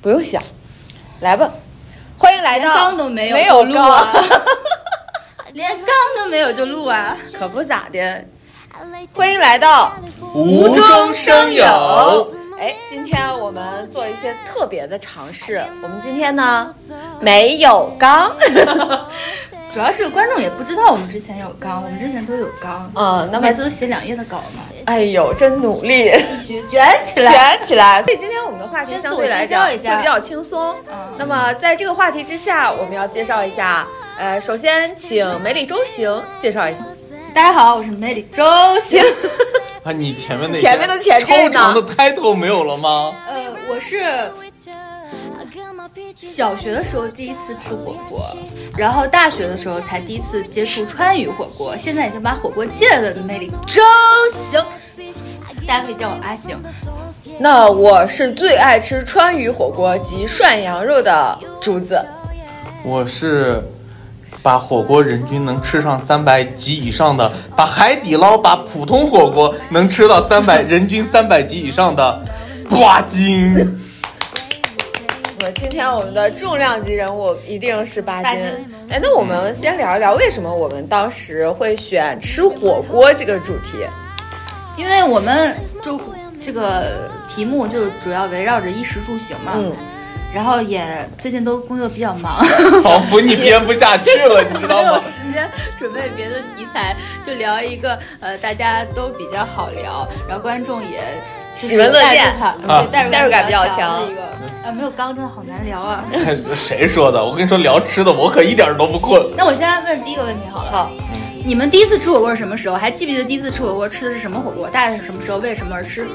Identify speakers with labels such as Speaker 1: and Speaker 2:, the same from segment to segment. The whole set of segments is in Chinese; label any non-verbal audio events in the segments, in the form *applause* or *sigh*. Speaker 1: 不用想，来吧，欢迎来
Speaker 2: 连
Speaker 1: 到
Speaker 2: 缸都没有
Speaker 1: 没
Speaker 2: 就
Speaker 1: 有
Speaker 2: 录
Speaker 1: 缸
Speaker 2: 啊 *laughs* 连缸都没有就录啊！
Speaker 1: *laughs* 可不咋的。欢迎来到
Speaker 3: 无中生有。
Speaker 1: 哎，今天我们做了一些特别的尝试。我们今天呢没有
Speaker 2: *laughs*
Speaker 1: 缸，
Speaker 2: 主要是观众也不知道我们之前有缸，我们之前都有缸，
Speaker 1: 嗯，那么
Speaker 2: 每次都写两页的稿嘛，
Speaker 1: 哎呦，真努力，
Speaker 2: 必须卷起来。
Speaker 1: 卷起来。所以今天我们的话题相对来讲会
Speaker 2: 先自我介绍一下
Speaker 1: 比较轻松。
Speaker 2: 嗯
Speaker 1: 那么在这个话题之下，我们要介绍一下，呃，首先请梅里周行介绍
Speaker 2: *laughs*
Speaker 1: 一下。
Speaker 2: 大家好，我是梅里周星。
Speaker 3: 啊，你前面那些
Speaker 1: 前面的前缀呢
Speaker 3: 超长的 title 没有了吗？
Speaker 2: 呃，我是小学的时候第一次吃火锅，然后大学的时候才第一次接触川渝火锅，现在已经把火锅戒了的魅力周行，大家可以叫我阿行。
Speaker 1: 那我是最爱吃川渝火锅及涮羊肉的竹子。
Speaker 3: 我是把火锅人均能吃上三百及以上的，把海底捞把普通火锅能吃到三百人均三百及以上的瓜
Speaker 1: *laughs*
Speaker 3: 金。
Speaker 1: 那么今天我们的重量级人物一定是巴
Speaker 2: 巴
Speaker 1: 金
Speaker 2: 金。
Speaker 1: 哎，那我们先聊一聊为什么我们当时会选吃火锅这个主题。
Speaker 2: 因为我们就这个题目就主要围绕着衣食住行嘛，
Speaker 1: 嗯，
Speaker 2: 然后也最近都工作比较忙，
Speaker 3: 仿佛你编不下去了，你
Speaker 2: *laughs*
Speaker 3: 知道吗？
Speaker 2: 时间准备别的题材，就聊一个呃大家都比较好聊，然后观众也就是
Speaker 1: 喜闻乐见
Speaker 2: 带入感
Speaker 3: 啊
Speaker 2: 对代入
Speaker 1: 代入感
Speaker 2: 感
Speaker 1: 比较强
Speaker 2: 的一个啊没有刚真的好难聊啊。
Speaker 3: 谁说的？我跟你说，聊吃的，我可一点儿都不困。
Speaker 2: 那我现在问第一个问题好了，
Speaker 1: 好，
Speaker 2: 你们第一次吃火锅是什么时候？还记不记得第一次吃火锅吃的是什么火锅？大概是什么时候？为什么而吃？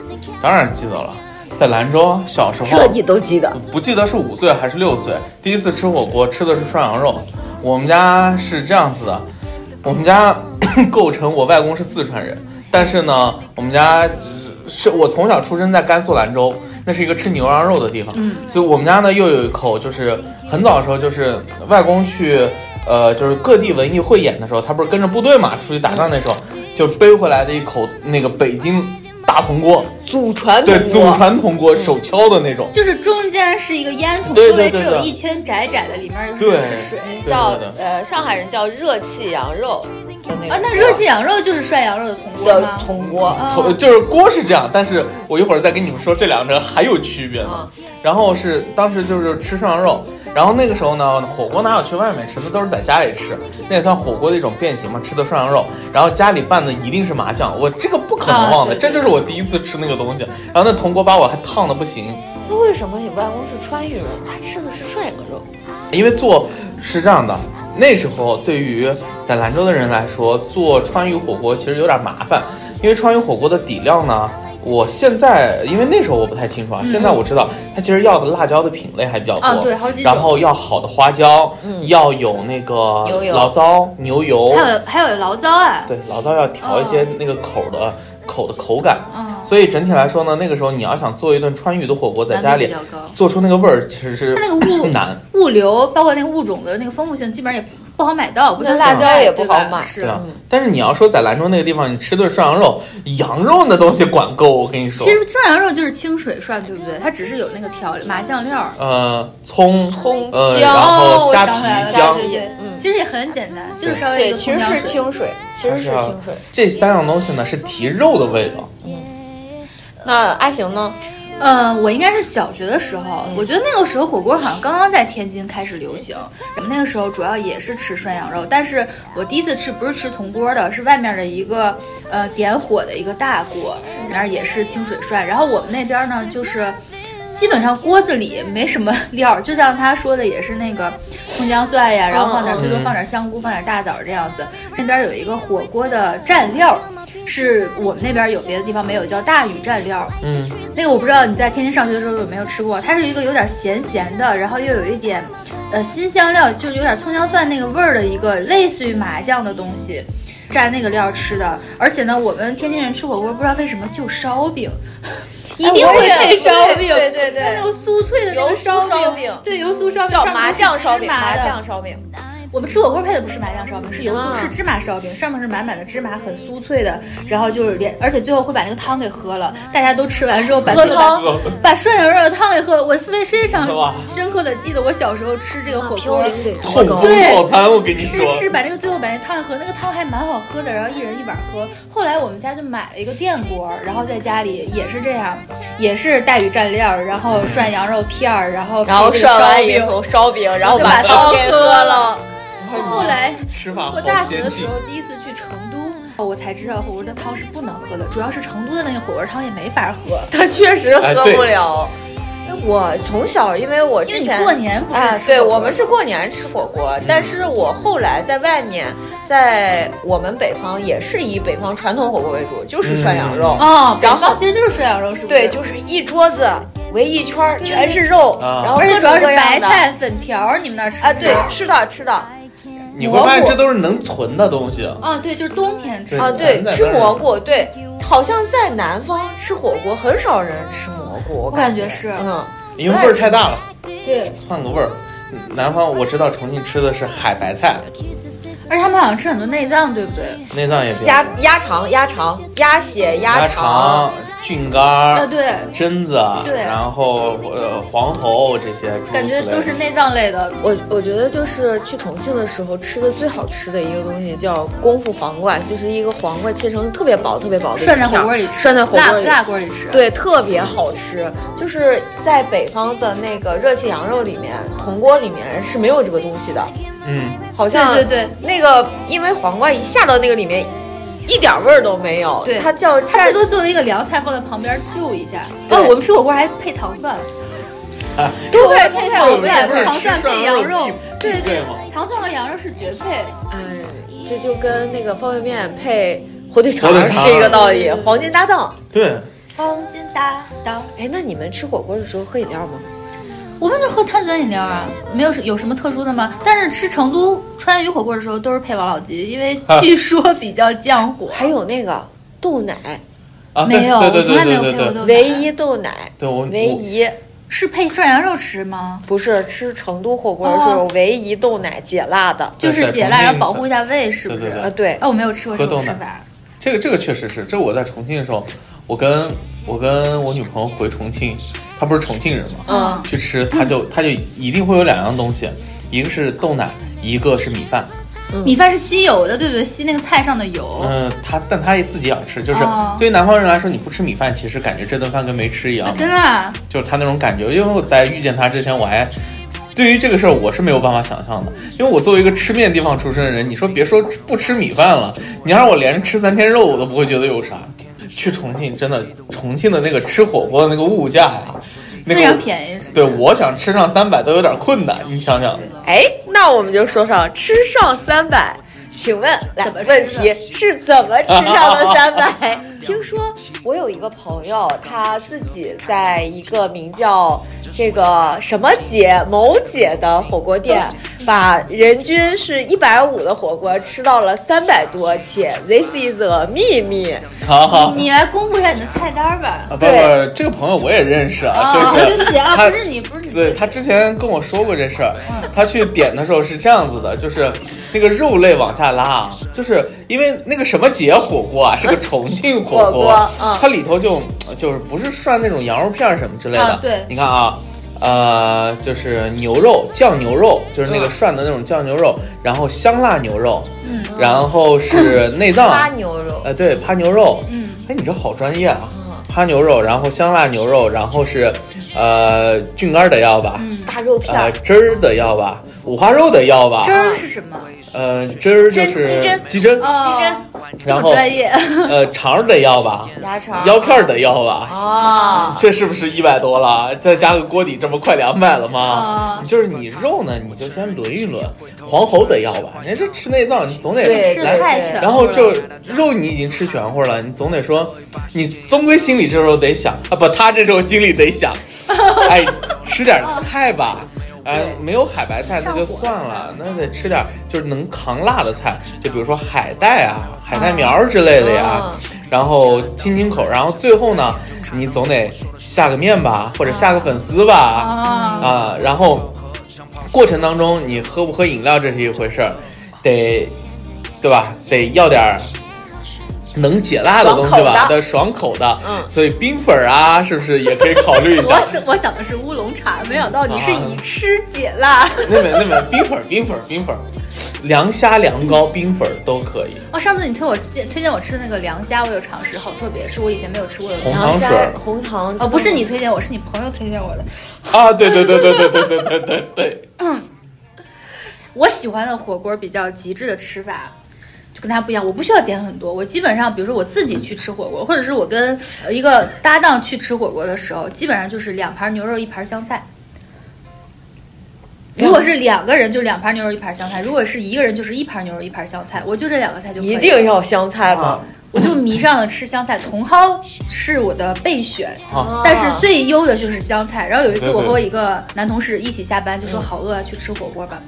Speaker 3: 当然记得了，在兰州小时候，
Speaker 1: 都记得。
Speaker 3: 不记得是五岁还是六岁，第一次吃火锅吃的是涮羊肉。我们家是这样子的，我们家 *coughs* 构成我外公是四川人，但是呢，我们家呃是我从小出生在甘肃兰州，那是一个吃牛羊肉的地方，嗯，所以我们家呢又有一口就是很早的时候就是外公去。呃，就是各地文艺汇演的时候，他不是跟着部队嘛出去打仗，那时候
Speaker 1: 嗯
Speaker 3: 就背回来的一口那个北京大铜锅，
Speaker 1: 祖传
Speaker 3: 对，
Speaker 1: 铜
Speaker 3: 祖
Speaker 1: 锅
Speaker 3: 传铜锅，手敲的那种。
Speaker 2: 就是中间是一个烟筒，周
Speaker 3: 对
Speaker 2: 围
Speaker 3: 对
Speaker 2: 只
Speaker 3: 对
Speaker 2: 有
Speaker 3: 对
Speaker 2: 一圈窄窄的，里面又
Speaker 3: 对
Speaker 2: *laughs* 是水。
Speaker 3: 对
Speaker 1: 叫
Speaker 3: 对对
Speaker 1: 呃上海人叫热气羊肉的那个嗯
Speaker 2: 啊，那热气羊肉就是涮羊肉的铜锅
Speaker 1: 的
Speaker 2: 吗？
Speaker 1: 铜锅。啊
Speaker 2: 嗯
Speaker 3: 头就是锅是这样，但是我一会儿再跟你们说这两者还有区别呢。
Speaker 2: 嗯
Speaker 3: 然后是当时就是吃涮羊肉，然后那个时候呢，火锅哪有去外面吃，那都是在家里吃，那也算火锅的一种变形嘛，吃的涮羊肉。然后家里拌的一定是麻酱，我这个不可能忘的，
Speaker 2: 啊对对
Speaker 3: 这就是我第一次吃那个东西。然后那铜锅把我还烫的不行，
Speaker 1: 那为什么你外公是川渝人，他吃的是涮羊肉？
Speaker 3: 因为做是这样的，那时候对于在兰州的人来说，做川渝火锅其实有点麻烦，因为川渝火锅的底料呢，我现在因为那时候我不太清楚啊，现在我知道它其实要的辣椒的品类还比较多，
Speaker 2: 啊嗯对好几种
Speaker 3: 然后要好的花椒，要有那个
Speaker 1: 牛油
Speaker 3: 醪糟、牛油，
Speaker 2: 还有还有醪糟啊，
Speaker 3: 对，醪糟要调一些那个口的、口的口感。
Speaker 2: 嗯
Speaker 3: 所以整体来说呢，那个时候你要想做一顿川渝的火锅，在家里
Speaker 2: 难度比较高
Speaker 3: 做出那个味儿，其实是
Speaker 2: 它那个物
Speaker 3: 难。
Speaker 2: 物流包括那个物种的那个丰富性，基本上也不好买到，不像
Speaker 1: 那辣椒
Speaker 2: 现在
Speaker 1: 也不好
Speaker 2: 对吧
Speaker 1: 买嗯
Speaker 2: 是
Speaker 3: 对啊，但是你要说在兰州那个地方，你吃顿涮羊肉，羊肉那东西管够，我跟你说
Speaker 2: 其。实涮羊肉就是清水涮，对不对？它只是有那个调麻酱料儿，
Speaker 3: 呃，葱、
Speaker 1: 葱
Speaker 3: 呃，
Speaker 1: 姜
Speaker 3: 然后虾
Speaker 2: 我想起来
Speaker 3: 皮、
Speaker 2: 了
Speaker 3: 姜
Speaker 1: 对，
Speaker 2: 对
Speaker 1: 嗯
Speaker 2: 其实也很简单，就是稍微
Speaker 1: 对，
Speaker 2: 一个
Speaker 1: 其
Speaker 2: 葱
Speaker 1: 实
Speaker 2: 姜
Speaker 1: 是
Speaker 2: 水。
Speaker 1: 清水，其实是
Speaker 3: 它
Speaker 1: 清水。
Speaker 3: 这三样东西呢是提肉的味道。
Speaker 1: 那阿行呢？
Speaker 2: 呃，我应该是小学的时候，我觉得那个时候火锅好像刚刚在天津开始流行，我们那个时候主要也是吃涮羊肉，但是我第一次吃不是吃铜锅的，是外面的一个呃点火的一个大锅，然后也是清水涮，然后我们那边呢就是。基本上锅子里没什么料儿，就像他说的，也是那个葱姜蒜呀，然后放点
Speaker 1: 嗯
Speaker 2: 最多放点香菇，放点大枣这样子。那边有一个火锅的蘸料，是我们那边有别的地方没有，叫大禹蘸料。
Speaker 3: 嗯，
Speaker 2: 那个我不知道你在天津上学的时候有没有吃过，它是一个有点咸咸的，然后又有一点，呃，新香料，就是有点葱姜蒜那个味儿的一个类似于麻酱的东西，蘸那个料吃的。而且呢，我们天津人吃火锅不知道为什么就烧饼，一定
Speaker 1: 哎我
Speaker 2: 会
Speaker 1: 也
Speaker 2: 配烧饼，
Speaker 1: 对对对
Speaker 2: 它那个酥脆的那
Speaker 1: 油
Speaker 2: 个
Speaker 1: 酥烧
Speaker 2: 烧
Speaker 1: 饼
Speaker 2: 对油酥烧饼，
Speaker 1: 叫
Speaker 2: 上面
Speaker 1: 麻
Speaker 2: 是
Speaker 1: 酱
Speaker 2: 芝
Speaker 1: 烧饼，
Speaker 2: 麻
Speaker 1: 麻
Speaker 2: 的
Speaker 1: 酱烧饼。
Speaker 2: 我们吃火锅配的不是麻酱烧饼，是油
Speaker 1: 啊
Speaker 2: 酥，是芝麻烧饼，上面是满满的芝麻，很酥脆的，然后就是连，而且最后会把那个汤给喝了，大家都吃完之后把
Speaker 1: 喝
Speaker 2: 这个把
Speaker 3: 汤
Speaker 2: 把涮羊肉的汤给喝了，我非非常
Speaker 3: 哇
Speaker 2: 深刻的记得我小时候吃这个火锅
Speaker 1: 嘌。呤给
Speaker 3: 痛
Speaker 1: 提高
Speaker 3: 风套餐，我跟你
Speaker 2: 是
Speaker 3: 说，
Speaker 2: 是，把那个最后把那汤喝，那个汤还蛮好喝的，然后一人一碗喝。后来我们家就买了一个电锅，然后在家里也是这样，也是带鱼蘸料，然后涮羊肉片儿，然后
Speaker 1: 然后
Speaker 2: 配这个
Speaker 1: 涮完
Speaker 2: 烧
Speaker 1: 以
Speaker 2: 饼
Speaker 1: 后烧饼，然后
Speaker 2: 就
Speaker 1: 把
Speaker 2: 把
Speaker 1: 汤
Speaker 2: 汤
Speaker 1: 给喝
Speaker 2: 喝
Speaker 3: *laughs*
Speaker 1: 了。
Speaker 2: 后来
Speaker 3: 哎吃法
Speaker 2: 我
Speaker 3: 啊好
Speaker 2: 大学
Speaker 3: 先
Speaker 2: 的
Speaker 3: 进
Speaker 2: 时。候第一次去成都，哦我才知道火锅的汤是不能喝的，主要是成都的那个火锅汤也没法喝。
Speaker 1: 他确实
Speaker 3: 哎
Speaker 1: 喝
Speaker 3: 对
Speaker 1: 不了。哎我从小，因为我之
Speaker 2: 因为
Speaker 1: 前
Speaker 2: 你过年不是
Speaker 1: 哎，
Speaker 2: 吃
Speaker 1: 对
Speaker 2: 火锅
Speaker 1: 我们是过年吃火锅，但是我后来在外面，在我们北方也是以北方传统火锅为主，就是涮羊肉，
Speaker 3: 嗯
Speaker 2: 哦，
Speaker 1: 然后
Speaker 2: 其实就是涮羊肉，是不是？
Speaker 1: 对，就是一桌子围一圈儿全是肉，
Speaker 3: 啊
Speaker 1: 然后
Speaker 2: 而且
Speaker 1: 各
Speaker 2: 主要
Speaker 1: 种
Speaker 2: 是
Speaker 1: 各样
Speaker 2: 白
Speaker 1: 的
Speaker 2: 菜、粉条，你们那儿吃
Speaker 1: 啊，对，吃的吃的啊，
Speaker 3: 你会发现这都是能存的东西。
Speaker 2: 啊，对，就是冬天吃
Speaker 3: 对。
Speaker 1: 啊对
Speaker 3: 咱，们
Speaker 1: 吃
Speaker 3: 在那儿
Speaker 1: 蘑菇，对，好像在南方吃火锅很少人吃蘑菇，我
Speaker 2: 我感觉是
Speaker 1: 嗯，
Speaker 3: 因为味儿太大了，
Speaker 2: 对，
Speaker 3: 换个味儿。南方我知道重庆吃的是海白菜，
Speaker 2: 而且他们好像吃很多内脏，对不对？
Speaker 3: 内脏也比较
Speaker 1: 鸭鸭肠、鸭肠、鸭血、
Speaker 3: 鸭
Speaker 1: 肠
Speaker 3: 肠、菌干儿、
Speaker 2: 啊对
Speaker 3: 榛子，啊
Speaker 2: 对
Speaker 3: 然后呃黄喉这些，
Speaker 2: 感觉都是
Speaker 3: 那
Speaker 2: 内脏类的。
Speaker 4: 我我觉得就是去重庆的时候吃的最好吃的一个东西叫功夫黄瓜，就是一个黄瓜切成特别薄特别薄的一片儿，
Speaker 2: 涮在火锅里吃，
Speaker 4: 涮在火锅里
Speaker 2: 辣辣锅里吃。，
Speaker 4: 对，特别好。
Speaker 1: 好吃，就是在北方的那个热气羊肉里面，铜锅里面是没有这个东西的，
Speaker 3: 嗯，
Speaker 1: 好像
Speaker 2: 对对对，
Speaker 1: 那个因为黄瓜一下到那个里面，一点味儿都没有，
Speaker 2: 对
Speaker 1: 它叫
Speaker 2: 它
Speaker 1: 蘸
Speaker 2: 最多作为一个凉菜放在旁边就一下。
Speaker 1: 对
Speaker 2: 哦，我们吃火锅还配糖蒜，
Speaker 1: 都在
Speaker 2: 配
Speaker 1: 这
Speaker 2: 糖
Speaker 1: 不是
Speaker 2: 蒜，
Speaker 3: 不是
Speaker 2: 糖
Speaker 3: 吃
Speaker 2: 蒜配
Speaker 3: 涮
Speaker 2: 羊
Speaker 3: 肉
Speaker 2: 肉
Speaker 3: 必，
Speaker 2: 对
Speaker 3: 必备
Speaker 2: 对
Speaker 3: 吗，
Speaker 2: 糖蒜和羊肉是绝配。
Speaker 4: 嗯，这就跟那个方便面配火腿肠
Speaker 3: 火
Speaker 4: 儿
Speaker 3: 腿肠
Speaker 4: 是
Speaker 1: 是
Speaker 4: 一
Speaker 1: 一
Speaker 4: 个
Speaker 1: 个
Speaker 4: 道
Speaker 1: 道
Speaker 4: 理。嗯
Speaker 1: 理，黄金搭档。
Speaker 3: 对，
Speaker 2: 黄金搭档，
Speaker 4: 哎，那你们吃火锅的时候喝饮料吗？
Speaker 2: 我们就喝碳酸饮料啊，没有什有什么特殊的吗？但是吃成都川渝火锅的时候都是配王老吉，因为据说比较降火。
Speaker 4: 还有那个豆奶，
Speaker 3: 啊对
Speaker 2: 没有，
Speaker 3: 对对
Speaker 2: 我从来没
Speaker 3: 对
Speaker 2: 有
Speaker 3: 对
Speaker 2: 配过
Speaker 3: 对对，
Speaker 2: 豆奶。
Speaker 4: 唯一豆奶，
Speaker 3: 对我
Speaker 4: 唯
Speaker 3: 我
Speaker 4: 一
Speaker 2: 是配涮羊肉吃吗？
Speaker 1: 不是吃成都火锅的时候，唯一豆奶解辣的，
Speaker 2: 就
Speaker 3: 对
Speaker 2: 是
Speaker 3: 在
Speaker 2: 解
Speaker 3: 重
Speaker 2: 辣，然后
Speaker 3: 庆
Speaker 2: 保
Speaker 3: 的
Speaker 2: 护一下胃，是不是？
Speaker 3: 对对
Speaker 4: 啊
Speaker 1: 呃，对，
Speaker 2: 哎，我没有吃过这
Speaker 3: 喝
Speaker 2: 种
Speaker 3: 豆
Speaker 2: 吃
Speaker 3: 奶
Speaker 2: 法。
Speaker 3: 这个这个确实是，这我在重庆的时候，我跟我跟我女朋友回重庆，她不是重庆人嘛，
Speaker 2: 嗯
Speaker 3: 去吃，她就她就一定会有两样东西，一个是豆奶，一个是米饭。
Speaker 2: 米饭是吸油的，对不对？吸那个菜上的油。
Speaker 3: 嗯，她但她也自己想吃，就是
Speaker 2: 哦
Speaker 3: 对于南方人来说，你不吃米饭，其实感觉这顿饭跟没吃一样
Speaker 2: 啊
Speaker 3: 嘛，
Speaker 2: 真的啊，
Speaker 3: 就是她那种感觉。因为我在遇见她之前，我还。对于这个事儿，我是没有办法想象的，因为我作为一个吃面地方出身的人，你说别说不吃米饭了，你让我连着吃三天肉，我都不会觉得有啥。去重庆真的，重庆的那个吃火锅的那个物价呀，那个
Speaker 2: 非常便宜。
Speaker 3: 对，我想吃上三百都有点困难，你想想，
Speaker 1: 哎，那我们就说上吃上三百，请问来
Speaker 2: 怎么吃的
Speaker 1: 问题是怎么吃上的三
Speaker 2: *laughs*
Speaker 1: 百？听说我有一个朋友，他自己在一个名叫这个什么姐某姐的火锅店，把人均是一百五的火锅吃到了三百多，且 this is a 秘密。
Speaker 3: 好好。
Speaker 2: 你你来公布一下你的菜单吧。
Speaker 3: 啊，不不，这个朋友我也认识啊，就
Speaker 2: 对不
Speaker 3: 是
Speaker 2: 起啊，
Speaker 3: 他
Speaker 2: 不是你，不是你。
Speaker 3: 对他之前跟我说过这事儿，他去点的时候是这样子的，就是那个肉类往下拉啊，就是因为那个什么节火锅啊，是个重庆火
Speaker 1: 火锅嗯
Speaker 3: 它里头就就是不是涮那种羊肉片儿什么之类
Speaker 2: 啊
Speaker 3: 的，
Speaker 2: 对
Speaker 3: 你看啊。呃，就是牛肉酱牛肉，就是那个
Speaker 1: 嗯
Speaker 3: 涮的那种酱牛肉，然后香辣牛肉，
Speaker 2: 嗯
Speaker 3: 然后是
Speaker 1: 嗯
Speaker 3: 内脏，
Speaker 1: 花牛肉，
Speaker 3: 呃，对，趴牛肉。
Speaker 2: 嗯，
Speaker 3: 哎，你这好专业啊！趴牛肉，然后香辣牛肉，然后是呃菌干儿的要吧，
Speaker 2: 嗯
Speaker 1: 大肉片
Speaker 3: 呃
Speaker 1: 儿，
Speaker 3: 汁儿的要吧，五花肉的要吧
Speaker 2: 汁，儿是什么？
Speaker 3: 呃汁儿就是
Speaker 1: 鸡胗
Speaker 3: 鸡胗，
Speaker 2: 哦，这
Speaker 3: 然
Speaker 2: 么
Speaker 3: 后
Speaker 2: 专业。
Speaker 3: 呃肠儿的要
Speaker 2: *laughs*
Speaker 3: 吧，
Speaker 1: 鸭肠
Speaker 3: 腰片儿的要吧。
Speaker 2: 哦
Speaker 1: 啊。
Speaker 3: 这是不是一百多了？再加个锅底，这不快两百了吗
Speaker 2: 啊？
Speaker 3: 就是你肉呢，你就先轮一轮，黄喉得要吧？人家这吃内脏，你总得
Speaker 1: 对
Speaker 2: 是
Speaker 3: 来
Speaker 2: 太全了。
Speaker 3: 然后就肉你已经吃全乎了，你总得说，你终归心里这时候得想啊，不，他这时候心里得想，哎，吃点菜吧。哎，没有海白菜那就算了，那得吃点就是能扛辣的菜，就比如说海带啊、海带苗儿之类的呀，然后清清口，然后最后呢，你总得下个面吧，或者下个粉丝吧，
Speaker 2: 啊
Speaker 3: 啊，然后过程当中，你喝不喝饮料这是一回事儿，得，对吧？得要点儿能解辣的东西
Speaker 1: 爽口的
Speaker 3: 吧，对，爽口的。
Speaker 4: 嗯
Speaker 3: 所以冰粉儿啊，是不是也可以考虑一下
Speaker 2: *laughs* *laughs* 我？想我想的是乌龙茶，没想到你是以吃解辣。
Speaker 3: 那本那本冰粉儿，冰粉儿，冰粉儿，凉虾、凉糕、冰粉儿都可以。
Speaker 2: *laughs* 哦，上次你推我推荐推荐我吃的那个凉虾，我有尝试，好特别，是我以前没有吃过的东
Speaker 3: 红
Speaker 2: 西。
Speaker 3: 糖水儿
Speaker 4: 然后加红糖
Speaker 2: 哦，不是你推荐我，是你朋友推荐我的。
Speaker 3: 啊，对对对对对对对对对对，
Speaker 2: 我喜欢的火锅比较极致的吃法，就跟他不一样。我不需要点很多，我基本上，比如说我自己去吃火锅，或者是我跟呃一个搭档去吃火锅的时候，基本上就是两盘牛肉，一盘香菜。如果是两个人，就两盘牛肉，一盘香菜；如果是一个人，就是一盘牛肉，一盘香菜。我就这两个菜就可以
Speaker 1: 一
Speaker 2: 了
Speaker 1: 定要香菜吗
Speaker 3: 啊？
Speaker 2: 我就迷上了吃香菜，茼蒿是我的备选，
Speaker 3: 啊
Speaker 2: 但是最优的就是香菜。然后有一次
Speaker 3: 对对嗯
Speaker 2: 我和我一个男同事一起下班，就说好饿啊，去吃火锅吧。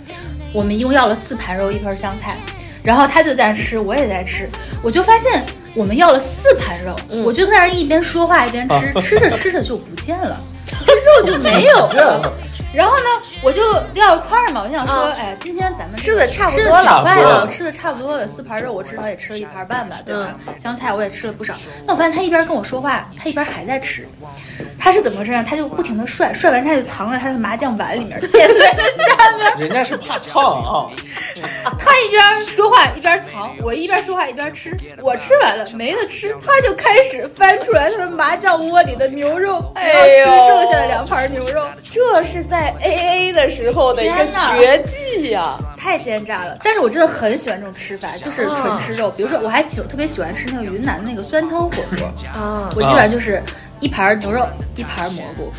Speaker 2: 我们一共要了四盘肉，一盘香菜，然后他就在那吃，我也在吃，我就发现我们要了四盘肉，我就在那儿一边说话一边
Speaker 3: *laughs*
Speaker 2: 吃，吃着吃着就不见了，这肉就没有了。然后呢，我就撂一块儿嘛，我就想说，
Speaker 1: 嗯
Speaker 2: 哎，今天咱们
Speaker 1: 吃得差不多
Speaker 2: 吃得挺
Speaker 1: 了
Speaker 2: 快
Speaker 3: 差不多
Speaker 2: 的
Speaker 3: 了
Speaker 2: 吃的差不多了，四盘肉我至少也吃了一盘半吧，
Speaker 1: 嗯
Speaker 2: 对吧？香菜我也吃了不少。那我发现他一边跟我说话，他一边还在吃。他是怎么回事呢？他就不停的涮，涮完他就藏在他的麻酱碗里
Speaker 1: *laughs*
Speaker 2: 面，垫在那下面。
Speaker 3: 人家是怕烫啊，
Speaker 2: 他一边说话一边藏，我一边说话一边吃。我吃完了没得吃，他就开始翻出来他的麻酱窝里的牛肉，然后
Speaker 1: 哎呦
Speaker 2: 吃剩下的两盘牛肉。
Speaker 1: 这是在 A A 的时候的一个
Speaker 2: 天哪
Speaker 1: 绝技呀、
Speaker 2: 太奸诈了，但是我真的很喜欢这种吃法，就是纯吃肉。比如说，我还挺特别喜欢吃那个云南那个酸汤火锅，
Speaker 3: 嗯
Speaker 4: 啊，
Speaker 2: 我基本上就是一盘牛肉，一盘蘑菇。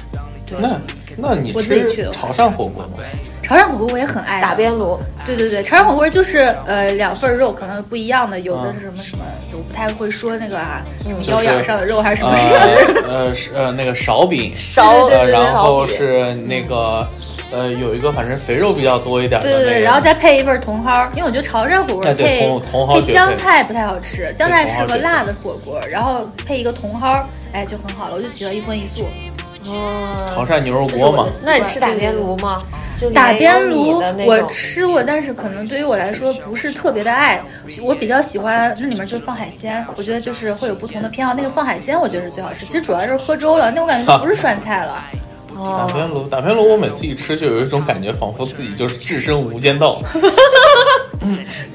Speaker 3: 那那你
Speaker 2: 我自己去
Speaker 3: 吃
Speaker 2: 的
Speaker 3: 潮汕火锅吗？
Speaker 2: 潮汕火锅我也很爱的
Speaker 4: 打边炉，
Speaker 2: 对对对，潮汕火锅就是呃两份肉可能不一样的，有的是什
Speaker 3: 嗯
Speaker 2: 么什么，我不太会说那个啊，什么腰眼上的肉还是什么食。
Speaker 3: 呃呃是呃那个勺饼，
Speaker 1: 勺
Speaker 3: 呃然
Speaker 1: 勺
Speaker 3: 后
Speaker 1: 饼
Speaker 3: 是那个呃有一个反正肥肉比较多一点的
Speaker 2: 对
Speaker 3: 那
Speaker 2: 对
Speaker 3: 个，
Speaker 2: 对，然后再配一份茼蒿，因为我觉得潮汕火锅
Speaker 3: 哎对
Speaker 2: 配
Speaker 3: 茼茼蒿
Speaker 2: 配
Speaker 3: 绝
Speaker 2: 香
Speaker 3: 配
Speaker 2: 菜不太好吃，香菜
Speaker 3: 对茼蒿
Speaker 2: 适合
Speaker 3: 绝配
Speaker 2: 辣的火锅，然后配一个茼蒿，哎就很好了，我就喜欢一荤一素。
Speaker 3: 潮汕牛肉
Speaker 2: 这是
Speaker 3: 锅
Speaker 2: 我
Speaker 3: 嘛
Speaker 2: 的，习
Speaker 4: 那
Speaker 2: 惯
Speaker 4: 你吃打边炉吗？哦就里面
Speaker 2: 打边
Speaker 4: 有
Speaker 2: 炉
Speaker 4: 米的那
Speaker 2: 我
Speaker 4: 种
Speaker 2: 吃过，但是可能对于我来说不是特别的爱。我比较喜欢那里面就是放海鲜，我觉得就是会有不同的偏好。那个放海鲜，我觉得是最好吃。其实主要就是喝粥了，那我感觉就不是涮菜了。
Speaker 3: 打边炉打边炉，我每次一吃就有一种感觉，仿佛自己就是置身无间道。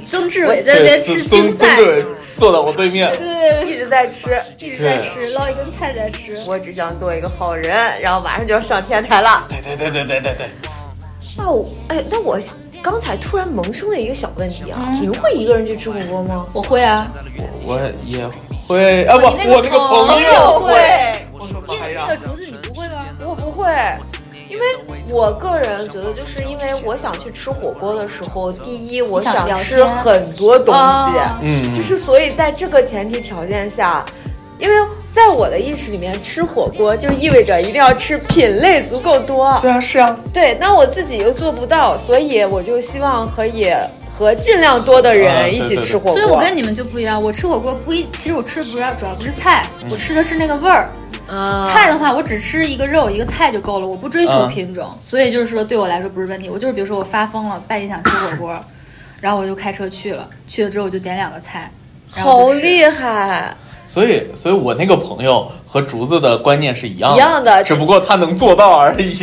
Speaker 2: 曾志伟在那边吃
Speaker 3: 曾
Speaker 2: 青
Speaker 3: 曾
Speaker 2: 菜，
Speaker 3: 志伟坐在我对面，
Speaker 2: 对，
Speaker 1: 一直在吃。
Speaker 2: 一直在吃，捞一根菜在吃。
Speaker 1: 我只想做一个好人，然后马上就要上天台了。
Speaker 3: 对对对对对对对，
Speaker 4: 那我哎，那我刚才突然萌生了一个小问题啊，你们会一个人去吃火锅吗？
Speaker 2: 我会啊，
Speaker 3: 我也会啊，不，
Speaker 2: 你那个
Speaker 3: 我那个朋
Speaker 1: 我
Speaker 3: 友
Speaker 1: 会，
Speaker 3: 我的妈
Speaker 2: 那那个竹子你不会吗？
Speaker 1: 我不会，因为我个人觉得，就是因为我想去吃火锅的时候，第一我想吃很多东西，
Speaker 2: 哦
Speaker 3: 嗯
Speaker 1: 就是所以在这个前提条件下。因为在我的意识里面，吃火锅就意味着一定要吃品类足够多。
Speaker 3: 对啊，是啊，
Speaker 1: 对，那我自己又做不到，所以我就希望和也和尽量多的
Speaker 3: 啊
Speaker 1: 人
Speaker 3: 对
Speaker 1: 一起
Speaker 3: 对
Speaker 1: 吃
Speaker 3: 对
Speaker 1: 火锅。
Speaker 2: 所以我啊跟你们就不一样，我吃火锅不一，其实我吃的不是主要不是菜，我吃的是那个味儿。
Speaker 1: 啊
Speaker 2: 菜的话，我只吃一个肉一个菜就够了，我不追
Speaker 1: 嗯
Speaker 2: 求品种，所以就是说对我来说不是问题。我就是比如说我发疯了，半夜想吃火锅，
Speaker 1: *laughs*
Speaker 2: 然后我就开车去了，去了之后我就点两个菜，然后
Speaker 1: 好
Speaker 2: 我就吃
Speaker 1: 厉害，
Speaker 3: 所以，所以我那个朋友和竹子的观念是一样的，
Speaker 1: 一样的
Speaker 3: 只不过他能做到而已。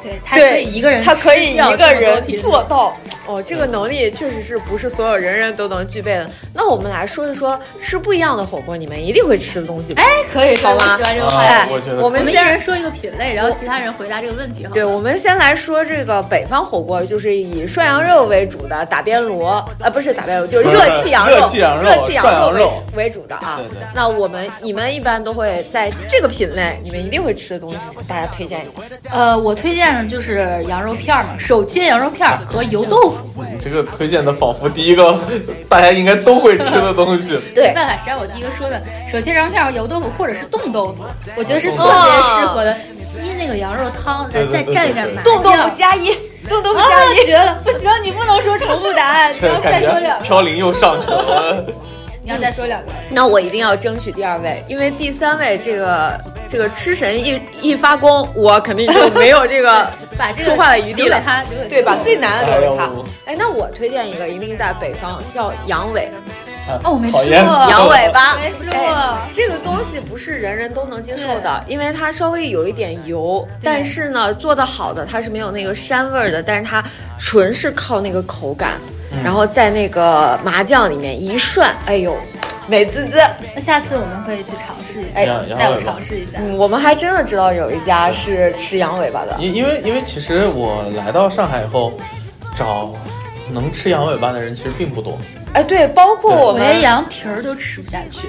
Speaker 2: 对，他可以一个人，
Speaker 1: 他可以一个人做。到。哦，这个能力确实是不是所有人人都能具备的。那我们来说一说吃不一样的火锅，你们一定会吃的东西。哎，
Speaker 2: *laughs* 哎，可以，
Speaker 1: 好吗
Speaker 2: 我喜欢这个话题。
Speaker 3: 啊
Speaker 1: 哎，
Speaker 3: 我觉得
Speaker 1: 我
Speaker 2: 我
Speaker 1: 们
Speaker 2: 们一
Speaker 1: 先
Speaker 2: 人说一个品类，然后其他人回答这个问题哈。
Speaker 1: 对，我们先来说这个北方火锅，就是以涮羊肉为主的打边炉，呃，不是打边炉，就是热气羊肉，
Speaker 3: 热气羊肉
Speaker 1: 热气
Speaker 3: 涮
Speaker 1: 羊
Speaker 3: 羊
Speaker 1: 肉
Speaker 3: 肉
Speaker 1: 为为主的啊。
Speaker 3: 对对
Speaker 1: 那我们你们一般都会在这个品类，你们一定会吃的东西，大家推荐一下。
Speaker 2: 呃，我推荐的就是羊肉片儿嘛，手切羊肉片儿和油豆腐。
Speaker 3: 你这个推荐的仿佛第一个 *laughs* 大家应该都会吃的
Speaker 2: *laughs*
Speaker 3: 东西，
Speaker 1: 对
Speaker 2: 没办法，谁让我第一个说的？手切羊肉片儿、油豆腐或者是冻豆腐，我觉得是特别
Speaker 1: 哦
Speaker 2: 适合的，吸那个羊肉汤，再
Speaker 3: 对
Speaker 2: 再
Speaker 3: 对对
Speaker 2: 蘸一点麻
Speaker 1: 冻豆腐
Speaker 2: 酱。
Speaker 1: 加一，冻豆腐
Speaker 2: 啊
Speaker 1: 加一，，
Speaker 3: *laughs*
Speaker 2: 绝了！不行，你不能说重复答案，你
Speaker 3: 这
Speaker 2: 要再
Speaker 3: 感
Speaker 2: 说
Speaker 3: 觉
Speaker 2: 两
Speaker 1: *laughs*
Speaker 2: 个。
Speaker 3: 飘零又上去了。
Speaker 2: 你要再说两个，
Speaker 1: 那我一定要争取第二位，因为第三位这个这个吃神一一发功，我肯定就没有这个
Speaker 2: *laughs* 把这个
Speaker 1: 说话的余地
Speaker 2: 留给
Speaker 1: 了。
Speaker 2: 他，留给他
Speaker 1: 对，把最难的留给他
Speaker 3: 哎呦。
Speaker 1: 哎，那我推荐一个，一定在北方，叫羊尾，
Speaker 2: 哦，我没吃
Speaker 3: 讨厌
Speaker 2: 过，
Speaker 1: 啊 *laughs* 羊尾巴。
Speaker 2: 没吃过
Speaker 1: 哎，这个东西不是人人都能接受的，因为它稍微有一点油，但是呢，做的好的它是没有那个膻味儿的，但是它纯是靠那个口感，
Speaker 3: 嗯
Speaker 1: 然后在那个麻酱里面一涮，哎呦，美滋滋。
Speaker 2: 那下次我们可以去尝试一下，
Speaker 1: 哎
Speaker 2: 带我尝试一下。
Speaker 1: 嗯，我们还真的知道有一家是吃羊尾巴的。
Speaker 3: 因因为因为其实我来到上海以后，找能吃羊尾巴的人其实并不多。
Speaker 1: 哎，对，包括我
Speaker 2: 我连
Speaker 1: 们
Speaker 2: 羊蹄儿都吃不下去，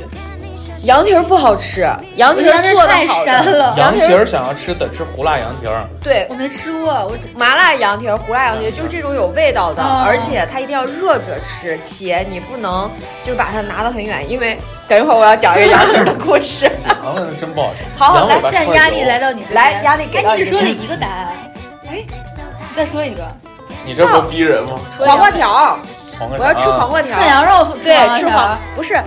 Speaker 1: 羊蹄儿不好吃，羊蹄
Speaker 2: 我觉得
Speaker 1: 儿
Speaker 2: 这
Speaker 1: 做的
Speaker 2: 太
Speaker 1: 好
Speaker 2: 膻
Speaker 1: 的
Speaker 2: 了
Speaker 3: 羊蹄
Speaker 1: 蹄
Speaker 3: 儿想要吃得吃胡辣羊蹄儿，
Speaker 1: 对
Speaker 2: 我。没吃过，我
Speaker 1: 麻辣羊蹄儿、胡辣羊蹄儿就是这种有味道的，
Speaker 2: 哦
Speaker 1: 而且它一定要热着吃，且你不能就是把它拿得很远，因为等一会儿我要讲一个羊蹄儿的故事。
Speaker 3: 羊的真不好
Speaker 2: *laughs*
Speaker 3: 吃。
Speaker 1: 好
Speaker 3: 羊
Speaker 2: 来
Speaker 3: 尾，巴
Speaker 2: 现在
Speaker 3: 涮
Speaker 2: 压
Speaker 3: 油
Speaker 2: 力来，到你这边，
Speaker 1: 来压力给到
Speaker 2: 哎，你
Speaker 1: 你
Speaker 2: 只说了一个答案，哎，你再说一个
Speaker 3: 你这不逼人吗？
Speaker 1: 黄瓜条儿，
Speaker 3: 黄瓜
Speaker 4: 我要吃黄瓜
Speaker 3: 瓜。
Speaker 4: 条
Speaker 2: 涮。羊肉，
Speaker 1: 对，吃
Speaker 2: 黄
Speaker 1: 黄不是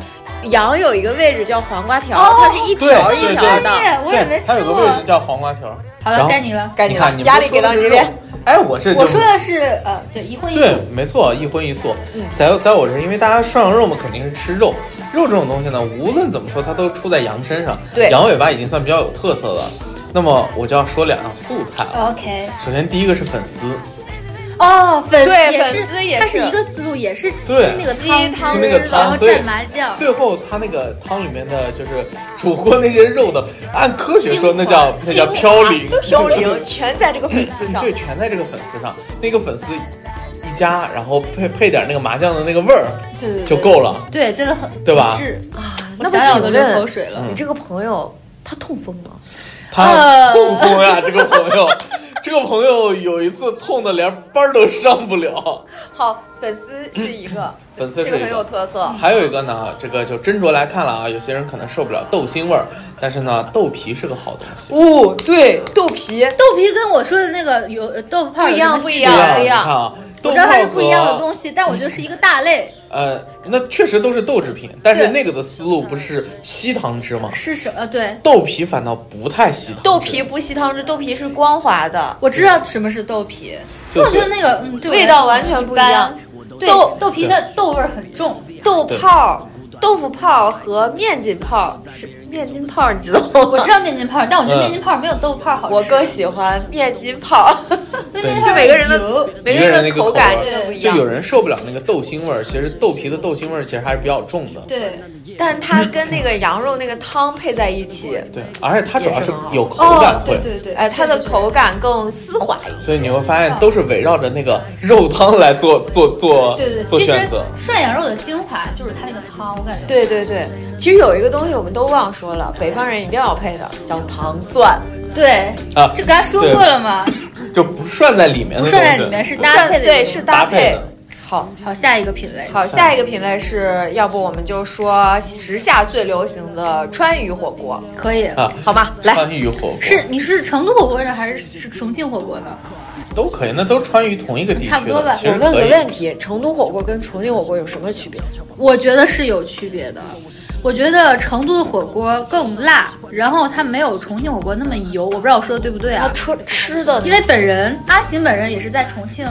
Speaker 1: 羊有一个位置叫黄瓜条，
Speaker 2: 哦
Speaker 1: 它是一条儿
Speaker 3: 啊对
Speaker 1: 一条
Speaker 3: 对
Speaker 1: 儿
Speaker 3: 对
Speaker 1: 的。
Speaker 2: 哎，我也没
Speaker 3: 对，
Speaker 2: 吃
Speaker 3: 它有个
Speaker 2: 过。
Speaker 3: 位置叫黄瓜条儿。
Speaker 2: 好
Speaker 3: 然
Speaker 2: 了，
Speaker 3: 后
Speaker 2: 该你了。
Speaker 1: 该你
Speaker 3: 你
Speaker 1: 了
Speaker 3: 看，，
Speaker 1: 压力给到你这边。。
Speaker 3: 哎，我这就
Speaker 2: 我说的是呃，对，一荤一素。
Speaker 3: 对，没错，一荤一素。
Speaker 2: 嗯
Speaker 3: 在在我这儿，因为大家涮羊肉嘛，肯定是吃肉。肉这种东西呢，无论怎么说，它都出在羊身上。
Speaker 1: 对
Speaker 3: 羊尾巴已经算比较有特色的。那么我就要说两样素菜了。
Speaker 2: 哦 OK，
Speaker 3: 首先第一个是粉丝，
Speaker 2: 哦，粉丝
Speaker 1: 对
Speaker 2: 也是，
Speaker 1: 粉丝也
Speaker 2: 它
Speaker 1: 是
Speaker 2: 一个思路，也是吸
Speaker 3: 对
Speaker 2: 那个
Speaker 1: 吸
Speaker 2: 汤汁，
Speaker 1: 汤
Speaker 3: 汁的
Speaker 2: 然后
Speaker 3: 所以
Speaker 2: 蘸麻酱，
Speaker 3: 最后它那个汤里面的就是煮过那些肉的，按科学说那叫那叫飘零，
Speaker 1: 飘零全在这个粉丝上
Speaker 3: *laughs* 对，。全在这个粉丝上。那个粉丝一加，然后配配点那个麻酱的那个味儿
Speaker 2: 对对对
Speaker 3: 就够了。
Speaker 2: 对，真的很
Speaker 3: 对吧
Speaker 2: 极致啊我
Speaker 1: 啊那么
Speaker 2: 想想
Speaker 1: 请
Speaker 2: 我都流
Speaker 1: 问
Speaker 2: 口水了。
Speaker 1: 你这个朋友他痛风吗？
Speaker 3: 他痛风啊 *laughs* 呀、这个朋友，这个朋友有一次痛的连班儿都上不了。
Speaker 1: 好，粉丝是一个，
Speaker 3: 粉丝是
Speaker 1: 这个
Speaker 3: 一个
Speaker 1: 很有特色。
Speaker 3: 还有一个呢，这个就斟酌来看了啊，有些人可能受不了豆腥味儿，但是呢，豆皮是个好东西。
Speaker 1: 哦，对，豆皮，
Speaker 2: 豆皮跟我说的那个有呃豆腐泡
Speaker 1: 不一样
Speaker 2: 有什么
Speaker 1: 不一
Speaker 2: 区
Speaker 1: 样
Speaker 2: 别
Speaker 3: 对啊
Speaker 1: 不一样
Speaker 2: 我
Speaker 3: 你看啊，豆
Speaker 2: 知道它是
Speaker 3: 泡啊
Speaker 2: 不一样的
Speaker 3: 和
Speaker 2: 东西，但我觉得是一个大类。
Speaker 3: 呃，那确实都是豆制品，但是
Speaker 2: 对
Speaker 3: 那个的思路不是吸糖汁吗？
Speaker 2: 是什么？对，
Speaker 3: 豆皮反倒不太吸糖汁。
Speaker 1: 豆皮不吸汤汁，豆皮是光滑的，
Speaker 2: 我知道什么是豆皮，
Speaker 3: 就
Speaker 2: 我
Speaker 3: 是
Speaker 2: 觉得那个嗯，对我
Speaker 1: 味道完全不一样嗯
Speaker 2: 般。对
Speaker 1: 豆
Speaker 2: 豆皮的豆味儿很重，
Speaker 1: 豆泡、豆腐泡和面筋泡是面筋泡，你知道吗？
Speaker 2: 我知道面筋泡，但我觉得
Speaker 3: 嗯
Speaker 2: 面筋泡没有豆腐泡好吃。
Speaker 1: *laughs* 我更喜欢面筋泡，
Speaker 2: 对
Speaker 3: 对
Speaker 2: 面筋
Speaker 1: *laughs*
Speaker 2: 泡
Speaker 1: 就每个人的
Speaker 2: 油
Speaker 1: 每
Speaker 3: 一
Speaker 1: 个
Speaker 3: 个
Speaker 1: 人
Speaker 3: 人
Speaker 1: 的
Speaker 3: 那个
Speaker 1: 口
Speaker 3: 口
Speaker 1: 感
Speaker 3: 味
Speaker 1: 真的不一
Speaker 3: 就
Speaker 1: 样
Speaker 3: 有。人受不了那个豆腥味儿，其实豆皮的豆腥味儿其实还是比较重的。
Speaker 2: 对，
Speaker 1: 但它跟那个羊肉那个汤配在一起，
Speaker 3: 对，而且它主要
Speaker 1: 也是
Speaker 3: 是
Speaker 1: 很好
Speaker 3: 有口感
Speaker 2: 哦
Speaker 3: 会，
Speaker 2: 对对
Speaker 1: 哎，它的
Speaker 2: 对对对
Speaker 1: 口感更丝滑一些。
Speaker 3: 所以你会发现都是围绕着那个肉汤来做做做
Speaker 2: 对对，
Speaker 3: 做
Speaker 2: 其实
Speaker 3: 选择。
Speaker 2: 涮羊肉的精华就是它那个汤，我感觉。
Speaker 1: 对对对，其实有一个东西我们都忘说了，北方人一定要配的，叫糖蒜。
Speaker 2: 对
Speaker 3: 啊
Speaker 2: 这刚才说过了嘛，
Speaker 3: 就不涮在里面的东西，
Speaker 2: 涮在里面是搭配的，
Speaker 1: 对，是搭
Speaker 3: 搭配的
Speaker 1: 好，
Speaker 2: 好下一个品类。
Speaker 1: 好，下一个品类是要不我们就说时下最流行的川渝火锅，
Speaker 2: 可以。
Speaker 3: 啊，
Speaker 1: 好吗？来，
Speaker 3: 川渝火锅
Speaker 2: 是你是成都火锅呢，还是是重庆火锅呢？
Speaker 3: 都可以，那都川渝同一个地区的，
Speaker 2: 差不多吧
Speaker 3: 其
Speaker 1: 我
Speaker 3: 实
Speaker 1: 问个
Speaker 3: 可以
Speaker 1: 问题：成都火锅跟重庆火锅有什么区别？
Speaker 2: 我觉得是有区别的。我觉得成都的火锅更辣，然后它没有重庆火锅那么油。我不知道我说的对不对
Speaker 1: 它
Speaker 2: 啊？
Speaker 1: 吃吃的呢
Speaker 2: 因为本人阿行本人也是在重庆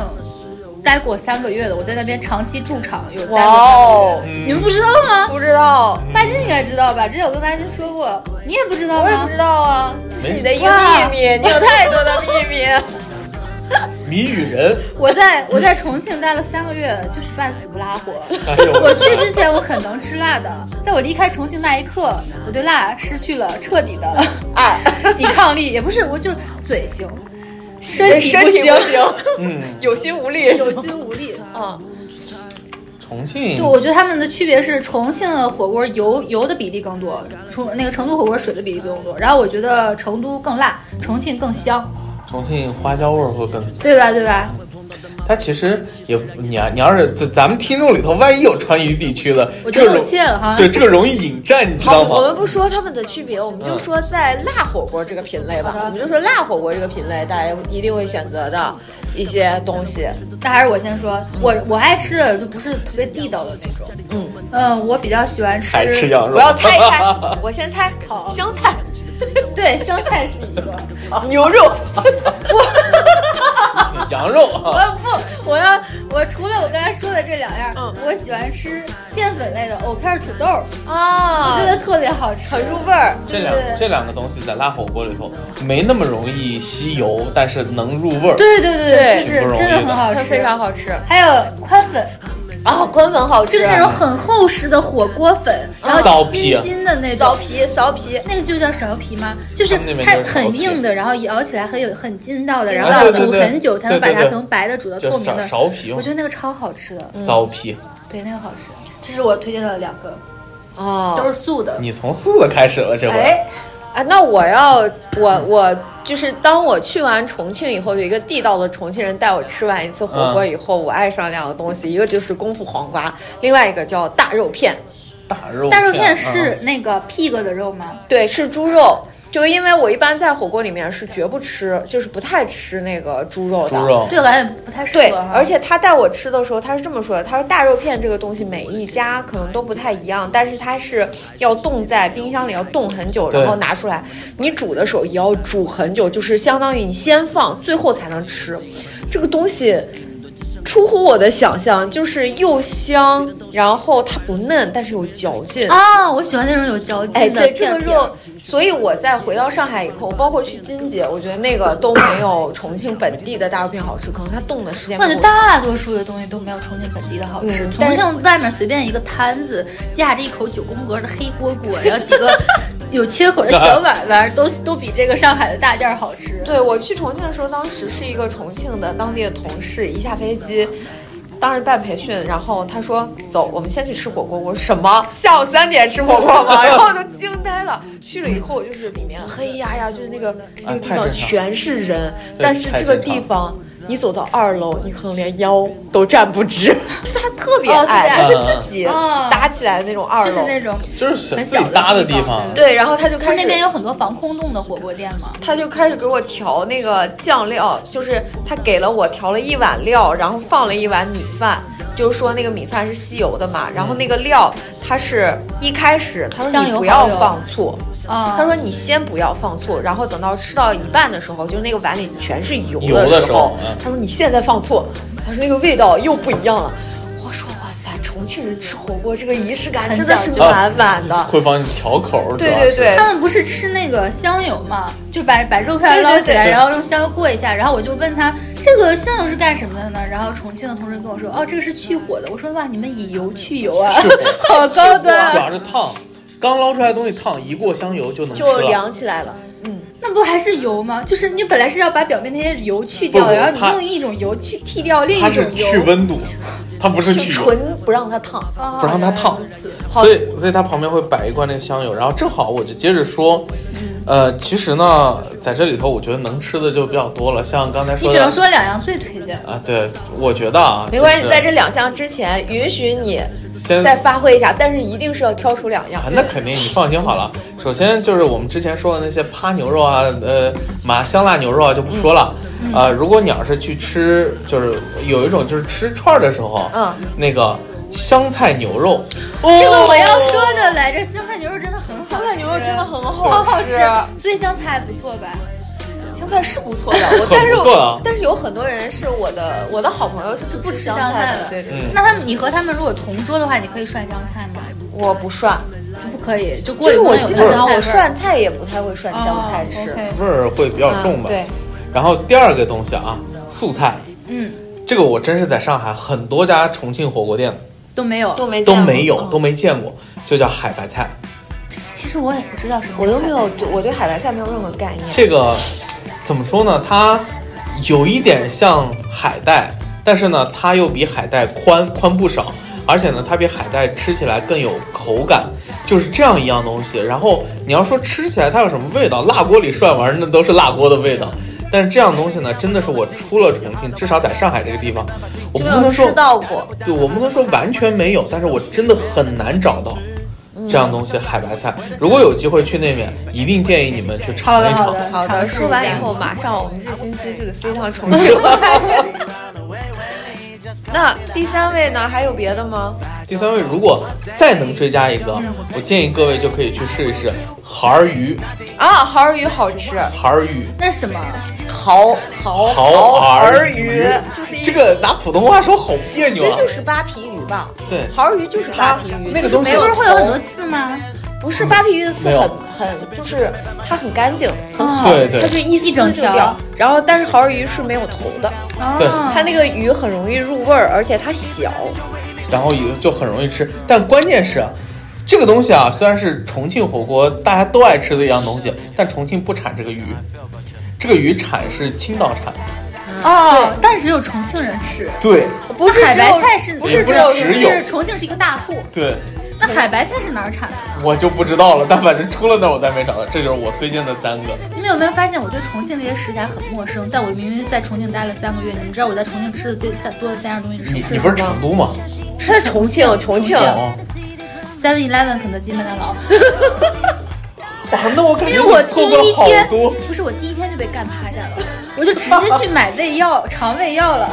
Speaker 2: 待过三个月的，我在那边长期驻场有待过
Speaker 1: 哇
Speaker 2: 三个
Speaker 1: 哦，
Speaker 2: 月。你们不知道吗？
Speaker 1: 不知道，
Speaker 2: 巴金应该知道吧？之前我跟巴金说过，你也不知道
Speaker 1: 我也
Speaker 2: 吗
Speaker 1: 不知？道啊，这是你的一个
Speaker 2: 哇
Speaker 1: 秘密，你有太多的秘密。
Speaker 3: 谜语人，
Speaker 2: *laughs* 我在我在重庆待了三个月，就是半死不拉活。
Speaker 3: 哎呦，
Speaker 2: 我去之前我很能吃辣的，在我离开重庆那一刻，我对辣失去了彻底的
Speaker 1: *laughs* 哎，
Speaker 2: 抵抗力，也不是，我就嘴行，身
Speaker 1: 身
Speaker 2: 体
Speaker 1: 体
Speaker 2: 不
Speaker 1: 不
Speaker 2: 行，
Speaker 1: 行，
Speaker 3: 嗯，
Speaker 1: 有心无力。
Speaker 2: 有心无力。
Speaker 1: 啊，
Speaker 3: 啊重庆
Speaker 2: 就我觉得他们的区别是，重庆的火锅油油的比例更多，重那个成都火锅水的比例更多。然后我觉得成都更辣，重庆更香，
Speaker 3: 重庆花椒味儿会更，
Speaker 2: 对吧？对吧？
Speaker 3: 它其实也你啊，你要是咱咱们听众里头，万一有川渝地区的，
Speaker 2: 我觉得
Speaker 3: 这个容
Speaker 2: 我怯了哈
Speaker 3: 对，这个容易引战，你知
Speaker 1: 好，
Speaker 3: 道
Speaker 1: 我们
Speaker 3: 吗？
Speaker 1: 不说他们的区别，我们就说在辣火锅这个品类吧，我 *laughs* 们就说辣火锅这个品类，大家一定会选择的一些东西。
Speaker 2: 那还是我先说，我我爱吃的就不是特别地道的那种。嗯我比较喜欢吃
Speaker 3: 还吃羊
Speaker 1: *laughs*
Speaker 3: 肉，
Speaker 1: 我要猜一猜，我先猜，香菜、
Speaker 2: 对，香菜是一个。
Speaker 1: 牛肉。
Speaker 3: *laughs* 羊肉啊，
Speaker 2: 我呃不，我要我除了我刚才说的这两样，
Speaker 1: 嗯
Speaker 2: 我喜欢吃淀粉类的藕片土豆，我
Speaker 1: 啊
Speaker 2: 觉得特别好吃，很入味儿。
Speaker 3: 这两这两个东西在辣火锅里头没那么容易吸油，但是能入味儿。
Speaker 2: 对对对
Speaker 1: 对
Speaker 2: 就是真的很好吃，
Speaker 1: 非常好吃
Speaker 2: 还有宽粉，
Speaker 1: 啊，宽粉好
Speaker 2: 就
Speaker 1: 吃，
Speaker 2: 是那种很厚实的火锅粉，然
Speaker 3: 骚
Speaker 2: 后
Speaker 3: 皮
Speaker 2: 筋筋的那
Speaker 1: 苕
Speaker 2: 种。
Speaker 1: 皮苕皮，
Speaker 2: 那个就叫苕皮吗？就是
Speaker 3: 他们那边
Speaker 2: 它
Speaker 3: 就是苕
Speaker 2: 很
Speaker 3: 皮
Speaker 2: 硬的，然后咬起来很有很筋道的，然
Speaker 3: 啊
Speaker 2: 后要
Speaker 3: 对对
Speaker 2: 煮
Speaker 3: 对
Speaker 2: 很久才能把
Speaker 3: 对对
Speaker 2: 它
Speaker 3: 对
Speaker 2: 从白的煮到
Speaker 3: 就
Speaker 2: 透
Speaker 3: 少
Speaker 2: 明的。
Speaker 3: 苕皮嘛
Speaker 2: 我觉得嗯那个超好吃的，
Speaker 3: 骚皮，
Speaker 2: 对，那个好吃。这是我推荐的两个，
Speaker 1: 哦
Speaker 2: 都是素的。
Speaker 3: 你从素的开始了，这回、
Speaker 2: 哎，
Speaker 1: 啊，那我要我我就是当我去完重庆以后，有一个地道的重庆人带我吃完一次火锅以后，我爱上两个东西，一个就是功夫黄瓜，另外一个叫大肉片，
Speaker 3: 大肉
Speaker 2: 大肉片
Speaker 3: 嗯
Speaker 2: 是那个 pig 的肉吗？
Speaker 1: 对，是猪肉。就因为我一般在火锅里面是绝不吃，就是不太吃那个猪肉的。
Speaker 3: 嗯猪肉，
Speaker 2: 对，我感觉不太适
Speaker 1: 对
Speaker 2: 合哈。，
Speaker 1: 而且他带我吃的时候，他是这么说的：他说大肉片这个东西每一家可能都不太一样，但是它是要冻在冰箱里要冻很久，
Speaker 3: 对
Speaker 1: 然后拿出来。你煮的时候也要煮很久，就是相当于你先放，最后才能吃。这个东西出乎我的想象，就是又香，然后它不嫩，但是有嚼劲。
Speaker 2: 啊，我喜欢那种有嚼劲的
Speaker 1: 哎，对
Speaker 2: 片片。
Speaker 1: 这个肉，所以我在回到上海以后，包括去金姐，我觉得那个都没有重庆本地的大肉片好吃，可能它冻的时间
Speaker 2: 我
Speaker 1: 更
Speaker 2: 感
Speaker 1: 久。
Speaker 2: 觉大多数的东西都没有重庆本地的好吃。
Speaker 1: 嗯但
Speaker 2: 重
Speaker 1: 是
Speaker 2: 庆外面随便一个摊子，架着一口九宫格的黑锅锅，然后几个有缺口的小碗碗，都都比这个上海的大件儿好吃。
Speaker 1: 对我去重庆的时候，当时是一个重庆的当地的同事，一下飞机，当时办培训，然后他说走，我们先去吃火锅。我说什么？下午三点吃火锅吗？ *laughs* 然后我就惊呆了。去了以后，就是里面黑呀呀，就是那个那个地
Speaker 3: 啊太
Speaker 1: 方
Speaker 3: 正常
Speaker 1: 全是人，但是
Speaker 3: 太
Speaker 1: 这个
Speaker 3: 正常
Speaker 1: 地方。你走到二楼，你可能连腰都站不直， *laughs* 就是它特别
Speaker 2: 哦
Speaker 1: 矮，它
Speaker 3: 自己
Speaker 1: 是
Speaker 3: 矮
Speaker 1: 自己
Speaker 2: 哦
Speaker 1: 搭起来的那种二楼。
Speaker 2: 就是那种，
Speaker 3: 就是
Speaker 2: 很
Speaker 3: 自己
Speaker 2: 小的
Speaker 3: 搭的
Speaker 2: 地方
Speaker 3: 方，
Speaker 1: 对，然后他就
Speaker 2: 不
Speaker 1: 开
Speaker 2: 是
Speaker 1: 始
Speaker 2: 那边有很多防空洞的火锅店吗？
Speaker 1: 他就开始给我调那个酱料，就是他给了我调了一碗料，然后放了一碗米饭，就是说那个米饭是吸油的嘛，然后那个料它是一开始他说
Speaker 2: 香
Speaker 1: 你
Speaker 2: 油
Speaker 1: 不
Speaker 2: 蚝
Speaker 1: 要
Speaker 2: 油
Speaker 1: 放醋，
Speaker 2: 啊，
Speaker 1: 他说你先不要放醋，然后等到吃到一半的时候，就是那个碗里全是油
Speaker 3: 油的时
Speaker 1: 时
Speaker 3: 候
Speaker 1: 候
Speaker 3: 嗯，
Speaker 1: 他说你现在放醋，他说那个味道又不一样了。我说哇塞，重庆人吃火锅这个仪式感
Speaker 2: 很
Speaker 1: 真的是
Speaker 2: 讲
Speaker 3: 究
Speaker 1: 满满的。
Speaker 3: 会帮你调口，主
Speaker 1: 对
Speaker 3: 要
Speaker 1: 对
Speaker 3: 啊是
Speaker 1: 对，
Speaker 2: 他们不是吃那个香油嘛，就把把肉片
Speaker 1: 对对
Speaker 2: 捞起来，
Speaker 3: 对
Speaker 2: 然后用香油过一下。然后我就问他这个香油是干什么的呢？然后重庆的同事跟我说，哦，这个是去火的。我说哇，你们以油去油啊，好高
Speaker 3: 主
Speaker 2: 端。
Speaker 3: 要是烫，刚捞出来的东西烫，一过香油就能吃
Speaker 1: 就
Speaker 3: 了。
Speaker 1: 凉起来了。
Speaker 2: 那不还是油吗？就是你本来是要把表面那些油去
Speaker 3: 不
Speaker 2: 掉
Speaker 3: 不
Speaker 2: 的，然后你
Speaker 3: 它
Speaker 2: 用一种油去替掉另
Speaker 3: 它
Speaker 2: 一种
Speaker 3: 是去
Speaker 2: 油。
Speaker 3: 温度，它不是
Speaker 1: 就
Speaker 3: 去油，
Speaker 1: 纯不让它烫。
Speaker 2: 哦
Speaker 3: 不让它烫
Speaker 2: 原来如此
Speaker 3: 所以所以它旁边会摆一罐那个香油，然后正好我就接着说，
Speaker 1: 嗯
Speaker 3: 呃，其实呢，在这里头我觉得能吃的就比较多了，像刚才说
Speaker 2: 你
Speaker 3: 的，
Speaker 2: 只能说两样最推荐的。
Speaker 3: 啊，对，我觉得啊，
Speaker 1: 没关系，
Speaker 3: 就是
Speaker 1: 在这两项之前，允许你
Speaker 3: 先
Speaker 1: 再发挥一下，但是一定是要挑出两样
Speaker 3: 啊，。那肯定，你放心好了。首先就是我们之前说的那些趴牛肉啊，呃，麻香辣牛肉啊就不说了。
Speaker 1: 嗯
Speaker 3: 啊，如果你要是去吃，就是有一种就是吃串儿的时候，
Speaker 1: 嗯，
Speaker 3: 那个香菜牛肉，
Speaker 1: 哦
Speaker 2: 这个我要说的来着，香菜牛肉真的很好吃，香
Speaker 1: 香菜牛肉真的很哦啊好
Speaker 2: 好好
Speaker 1: 吃
Speaker 2: 吃，所以香菜不错吧？
Speaker 1: 香菜是不错的，我
Speaker 3: *laughs* 很
Speaker 1: 但是
Speaker 3: 不错啊
Speaker 1: 我但是有很多人是我的我的好朋友是不
Speaker 2: 不
Speaker 1: 吃
Speaker 2: 吃
Speaker 1: 香
Speaker 2: 香
Speaker 1: 菜
Speaker 2: 菜的
Speaker 1: 对对，
Speaker 3: 嗯
Speaker 2: 那他们你和他们如果同桌的话，你可以涮香菜吗？
Speaker 1: 我不涮，
Speaker 2: 不可以，就锅
Speaker 1: 就是
Speaker 2: 里不
Speaker 1: 我
Speaker 2: 能有
Speaker 1: 基本上
Speaker 2: 香菜味
Speaker 1: 我
Speaker 2: 儿
Speaker 1: 涮菜也不太会涮香菜吃
Speaker 2: 哦。，OK
Speaker 3: 味儿会比较
Speaker 1: 嗯
Speaker 3: 重吧。
Speaker 1: 对。
Speaker 3: 然后第二个东西啊，素菜，
Speaker 2: 嗯，
Speaker 3: 这个我真是在上海很多家重庆火锅店
Speaker 2: 都没有。
Speaker 1: 都没
Speaker 3: 都
Speaker 1: 见过哦
Speaker 3: 没有
Speaker 1: 嗯
Speaker 3: 都没见过，就叫海白菜。
Speaker 2: 其实我也不知道什么，
Speaker 1: 我都没有，我对海白菜没有任何概念。
Speaker 3: 这个怎么说呢？它有一点像海带，但是呢，它又比海带宽宽不少，而且呢，它比海带吃起来更有口感，就是这样一样东西。然后你要说吃起来它有什么味道，辣锅里涮完那都是辣锅的味道。但是这样东西呢，真的是我出了重庆，至少在上海这个地方，我
Speaker 1: 就
Speaker 3: 不
Speaker 1: 没有
Speaker 3: 能说
Speaker 1: 吃到过。
Speaker 3: 对我不能说完全没有，但是我真的很难找到这样东西海白菜。如果有机会去那边，一定建议你们去
Speaker 2: 好
Speaker 3: 尝
Speaker 2: 的
Speaker 3: 一
Speaker 2: 好
Speaker 3: 尝。
Speaker 2: 的
Speaker 1: 好的
Speaker 2: 尝试
Speaker 1: 说
Speaker 2: 一
Speaker 1: 是
Speaker 2: 下
Speaker 1: 完以后
Speaker 5: 马上我们这星期这个飞趟重庆。 *laughs* 那第三位呢？还有别的吗？
Speaker 3: 第三位，如果再能追加一个，我建议各位就可以去试一试蚝儿鱼，
Speaker 5: 啊，蚝儿鱼好吃，
Speaker 3: 蚝儿鱼，
Speaker 2: 那什么？
Speaker 5: 蚝蚝
Speaker 3: 蚝
Speaker 5: 儿
Speaker 3: 鱼
Speaker 5: 鱼，就是一
Speaker 3: 这个拿普通话说好别
Speaker 1: 其
Speaker 3: 扭
Speaker 1: 实
Speaker 3: 啊
Speaker 1: 就。是扒皮鱼吧，
Speaker 3: 对，
Speaker 1: 蚝儿鱼就是扒皮鱼，
Speaker 3: 那
Speaker 1: 就
Speaker 3: 个
Speaker 1: 是
Speaker 3: 东西
Speaker 1: 没
Speaker 2: 不是
Speaker 1: 有
Speaker 2: 会有很多刺吗？
Speaker 1: 不是扒皮鱼的刺
Speaker 3: 没有
Speaker 1: 很
Speaker 5: 很就是它很干净，很好，
Speaker 3: 对
Speaker 5: 它
Speaker 3: 对
Speaker 5: 就嗯一
Speaker 2: 一
Speaker 5: 撕
Speaker 2: 整
Speaker 5: 就
Speaker 2: 条
Speaker 5: 掉。然后，但是蚝儿鱼是没有头的，
Speaker 3: 对
Speaker 2: 哦
Speaker 5: 它那个鱼很容易入味儿，而且它小。
Speaker 3: 然后也就很容易吃。但关键是，这个东西啊，虽然是重庆火锅大家都爱吃的一样东西，但重庆不产这个鱼，这个鱼产是青岛产。
Speaker 2: 哦，但是只有重庆人吃。
Speaker 3: 对
Speaker 5: 不是
Speaker 2: 那海
Speaker 5: 只有
Speaker 2: 白菜是
Speaker 5: 不是
Speaker 3: 也不
Speaker 5: 只
Speaker 3: 是
Speaker 5: 有
Speaker 3: 只
Speaker 5: 鱼
Speaker 3: 有
Speaker 2: 是重庆是一个大户，
Speaker 3: 对，
Speaker 2: 那海白菜是哪儿产的？
Speaker 3: 我就不知道了。但反正出了那儿我再没找到，这就是我推荐的三个。
Speaker 2: 你们有没有发现我对重庆这些食材很陌生？但我明明在重庆待了三个月，你们知道我在重庆吃的最三多的三样东西是
Speaker 3: 你
Speaker 2: 什
Speaker 3: 你不
Speaker 2: 么
Speaker 3: 是
Speaker 2: 吗
Speaker 3: 成都吗？
Speaker 5: 它是重庆，重庆
Speaker 3: 哦，
Speaker 2: ？Seven Eleven、肯德基、麦
Speaker 5: *laughs*
Speaker 2: 当劳。
Speaker 3: 哇，那我感
Speaker 2: 因
Speaker 3: 觉
Speaker 2: 为我
Speaker 3: 你
Speaker 2: 第
Speaker 3: 错过
Speaker 2: 一
Speaker 3: 了好
Speaker 2: 天
Speaker 3: 多。
Speaker 2: 不是我第一天就被干趴下了，我就直接去买胃药、肠胃药了。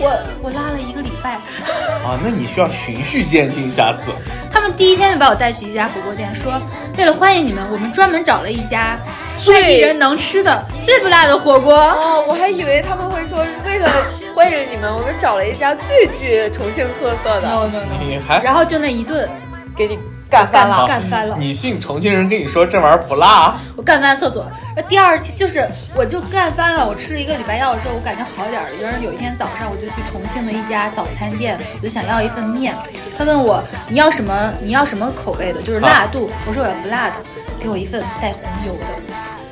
Speaker 2: 我我拉了一个礼拜，
Speaker 3: 啊，那你需要循序渐进，下次。
Speaker 2: 他们第一天就把我带去一家火锅店，说为了欢迎你们，我们专门找了一家外地人能吃的最不辣的火
Speaker 1: 哎
Speaker 2: 锅。
Speaker 5: 哦，我还以为他们会说为了欢迎你们，我们找了一家最具重庆特色的，
Speaker 2: no no no，
Speaker 3: 你还
Speaker 2: 然后就那一顿
Speaker 5: 给你干翻
Speaker 2: 干
Speaker 5: 了。
Speaker 2: 干翻了。
Speaker 3: 你信重庆人跟你说这玩意儿不辣？
Speaker 2: 我干翻厕所，呃第二天就是我就干翻了。我吃了一个礼拜药的时候，我感觉好点儿了。然后有一天早上，我就去重庆的一家早餐店，我就想要一份面。他问我你要什么？你要什么口味的？
Speaker 3: 啊
Speaker 2: 就是辣度。我说我要不辣的，给我一份带红油的。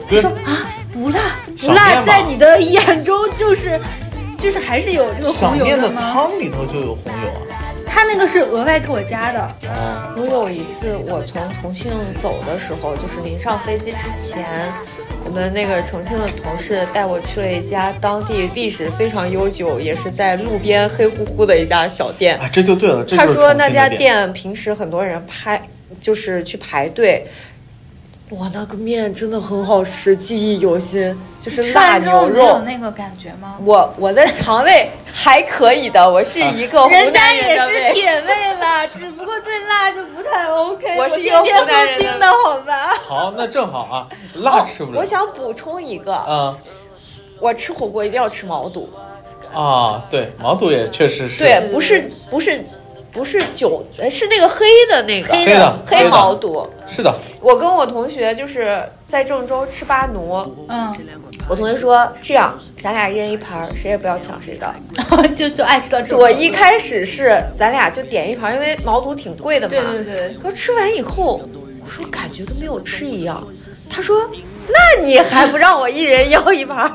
Speaker 3: 对
Speaker 2: 说啊，不辣，不
Speaker 3: 小面
Speaker 2: 辣，
Speaker 3: 嘛
Speaker 2: 在你的眼中就是就是还是有这个
Speaker 3: 小
Speaker 2: 红油
Speaker 3: 面的
Speaker 2: 吗？
Speaker 3: 汤里头就有红油
Speaker 2: 他那个是额外给我加的。
Speaker 3: 啊。哦，
Speaker 1: 我有一次，我从重庆走的时候，就是临上飞机之前，我们那个重庆的同事带我去了一家当地历史非常悠久，也是在路边黑乎乎的一家小店。
Speaker 3: 啊，这就对了。这就
Speaker 1: 他
Speaker 3: 是
Speaker 1: 说
Speaker 3: 重
Speaker 1: 那
Speaker 3: 庆
Speaker 1: 家
Speaker 3: 的
Speaker 1: 店平时很多人拍，就是去排队。哇，那个面真的很好吃，记忆犹新，就是
Speaker 2: 吃
Speaker 1: 辣
Speaker 2: 完之后
Speaker 1: 牛
Speaker 2: 没有
Speaker 1: 肉。
Speaker 2: 那个感觉吗？
Speaker 5: 我我的肠胃还可以的，我是一哦个湖
Speaker 2: 啊人家
Speaker 5: 南
Speaker 2: 也
Speaker 5: 人的
Speaker 2: 是
Speaker 5: 胃。
Speaker 2: 铁胃了，只不过对辣就不太 OK。
Speaker 5: 我
Speaker 2: 我
Speaker 5: 是一个湖南人的
Speaker 2: 天天喝冰的好吧？
Speaker 3: 好，那正好啊，辣
Speaker 2: 哦
Speaker 3: 吃不了。
Speaker 1: 我想补充一
Speaker 2: 啊
Speaker 1: 个，
Speaker 3: 嗯
Speaker 1: 我吃火锅一定要吃毛肚。
Speaker 3: 啊，对，毛肚也确实是
Speaker 1: 对，不是不是不是酒，呃是那个黑的那个
Speaker 3: 黑的
Speaker 1: 黑
Speaker 3: 黑的
Speaker 1: 毛肚。
Speaker 3: 是的，
Speaker 5: 我跟我同学就是在郑州吃巴奴，
Speaker 2: 嗯，
Speaker 1: 我同学说这样，咱俩一人一盘儿，谁也不要抢谁的。
Speaker 5: 嗯
Speaker 2: *laughs* 就就爱吃到这种。
Speaker 1: 我一开始是咱俩就点一盘儿，因为毛肚挺贵的嘛。
Speaker 2: 对
Speaker 5: 啊
Speaker 2: 对对，
Speaker 1: 说吃完以后，我说感觉跟没有吃一样。他说。那你还不让我一人要一盘儿？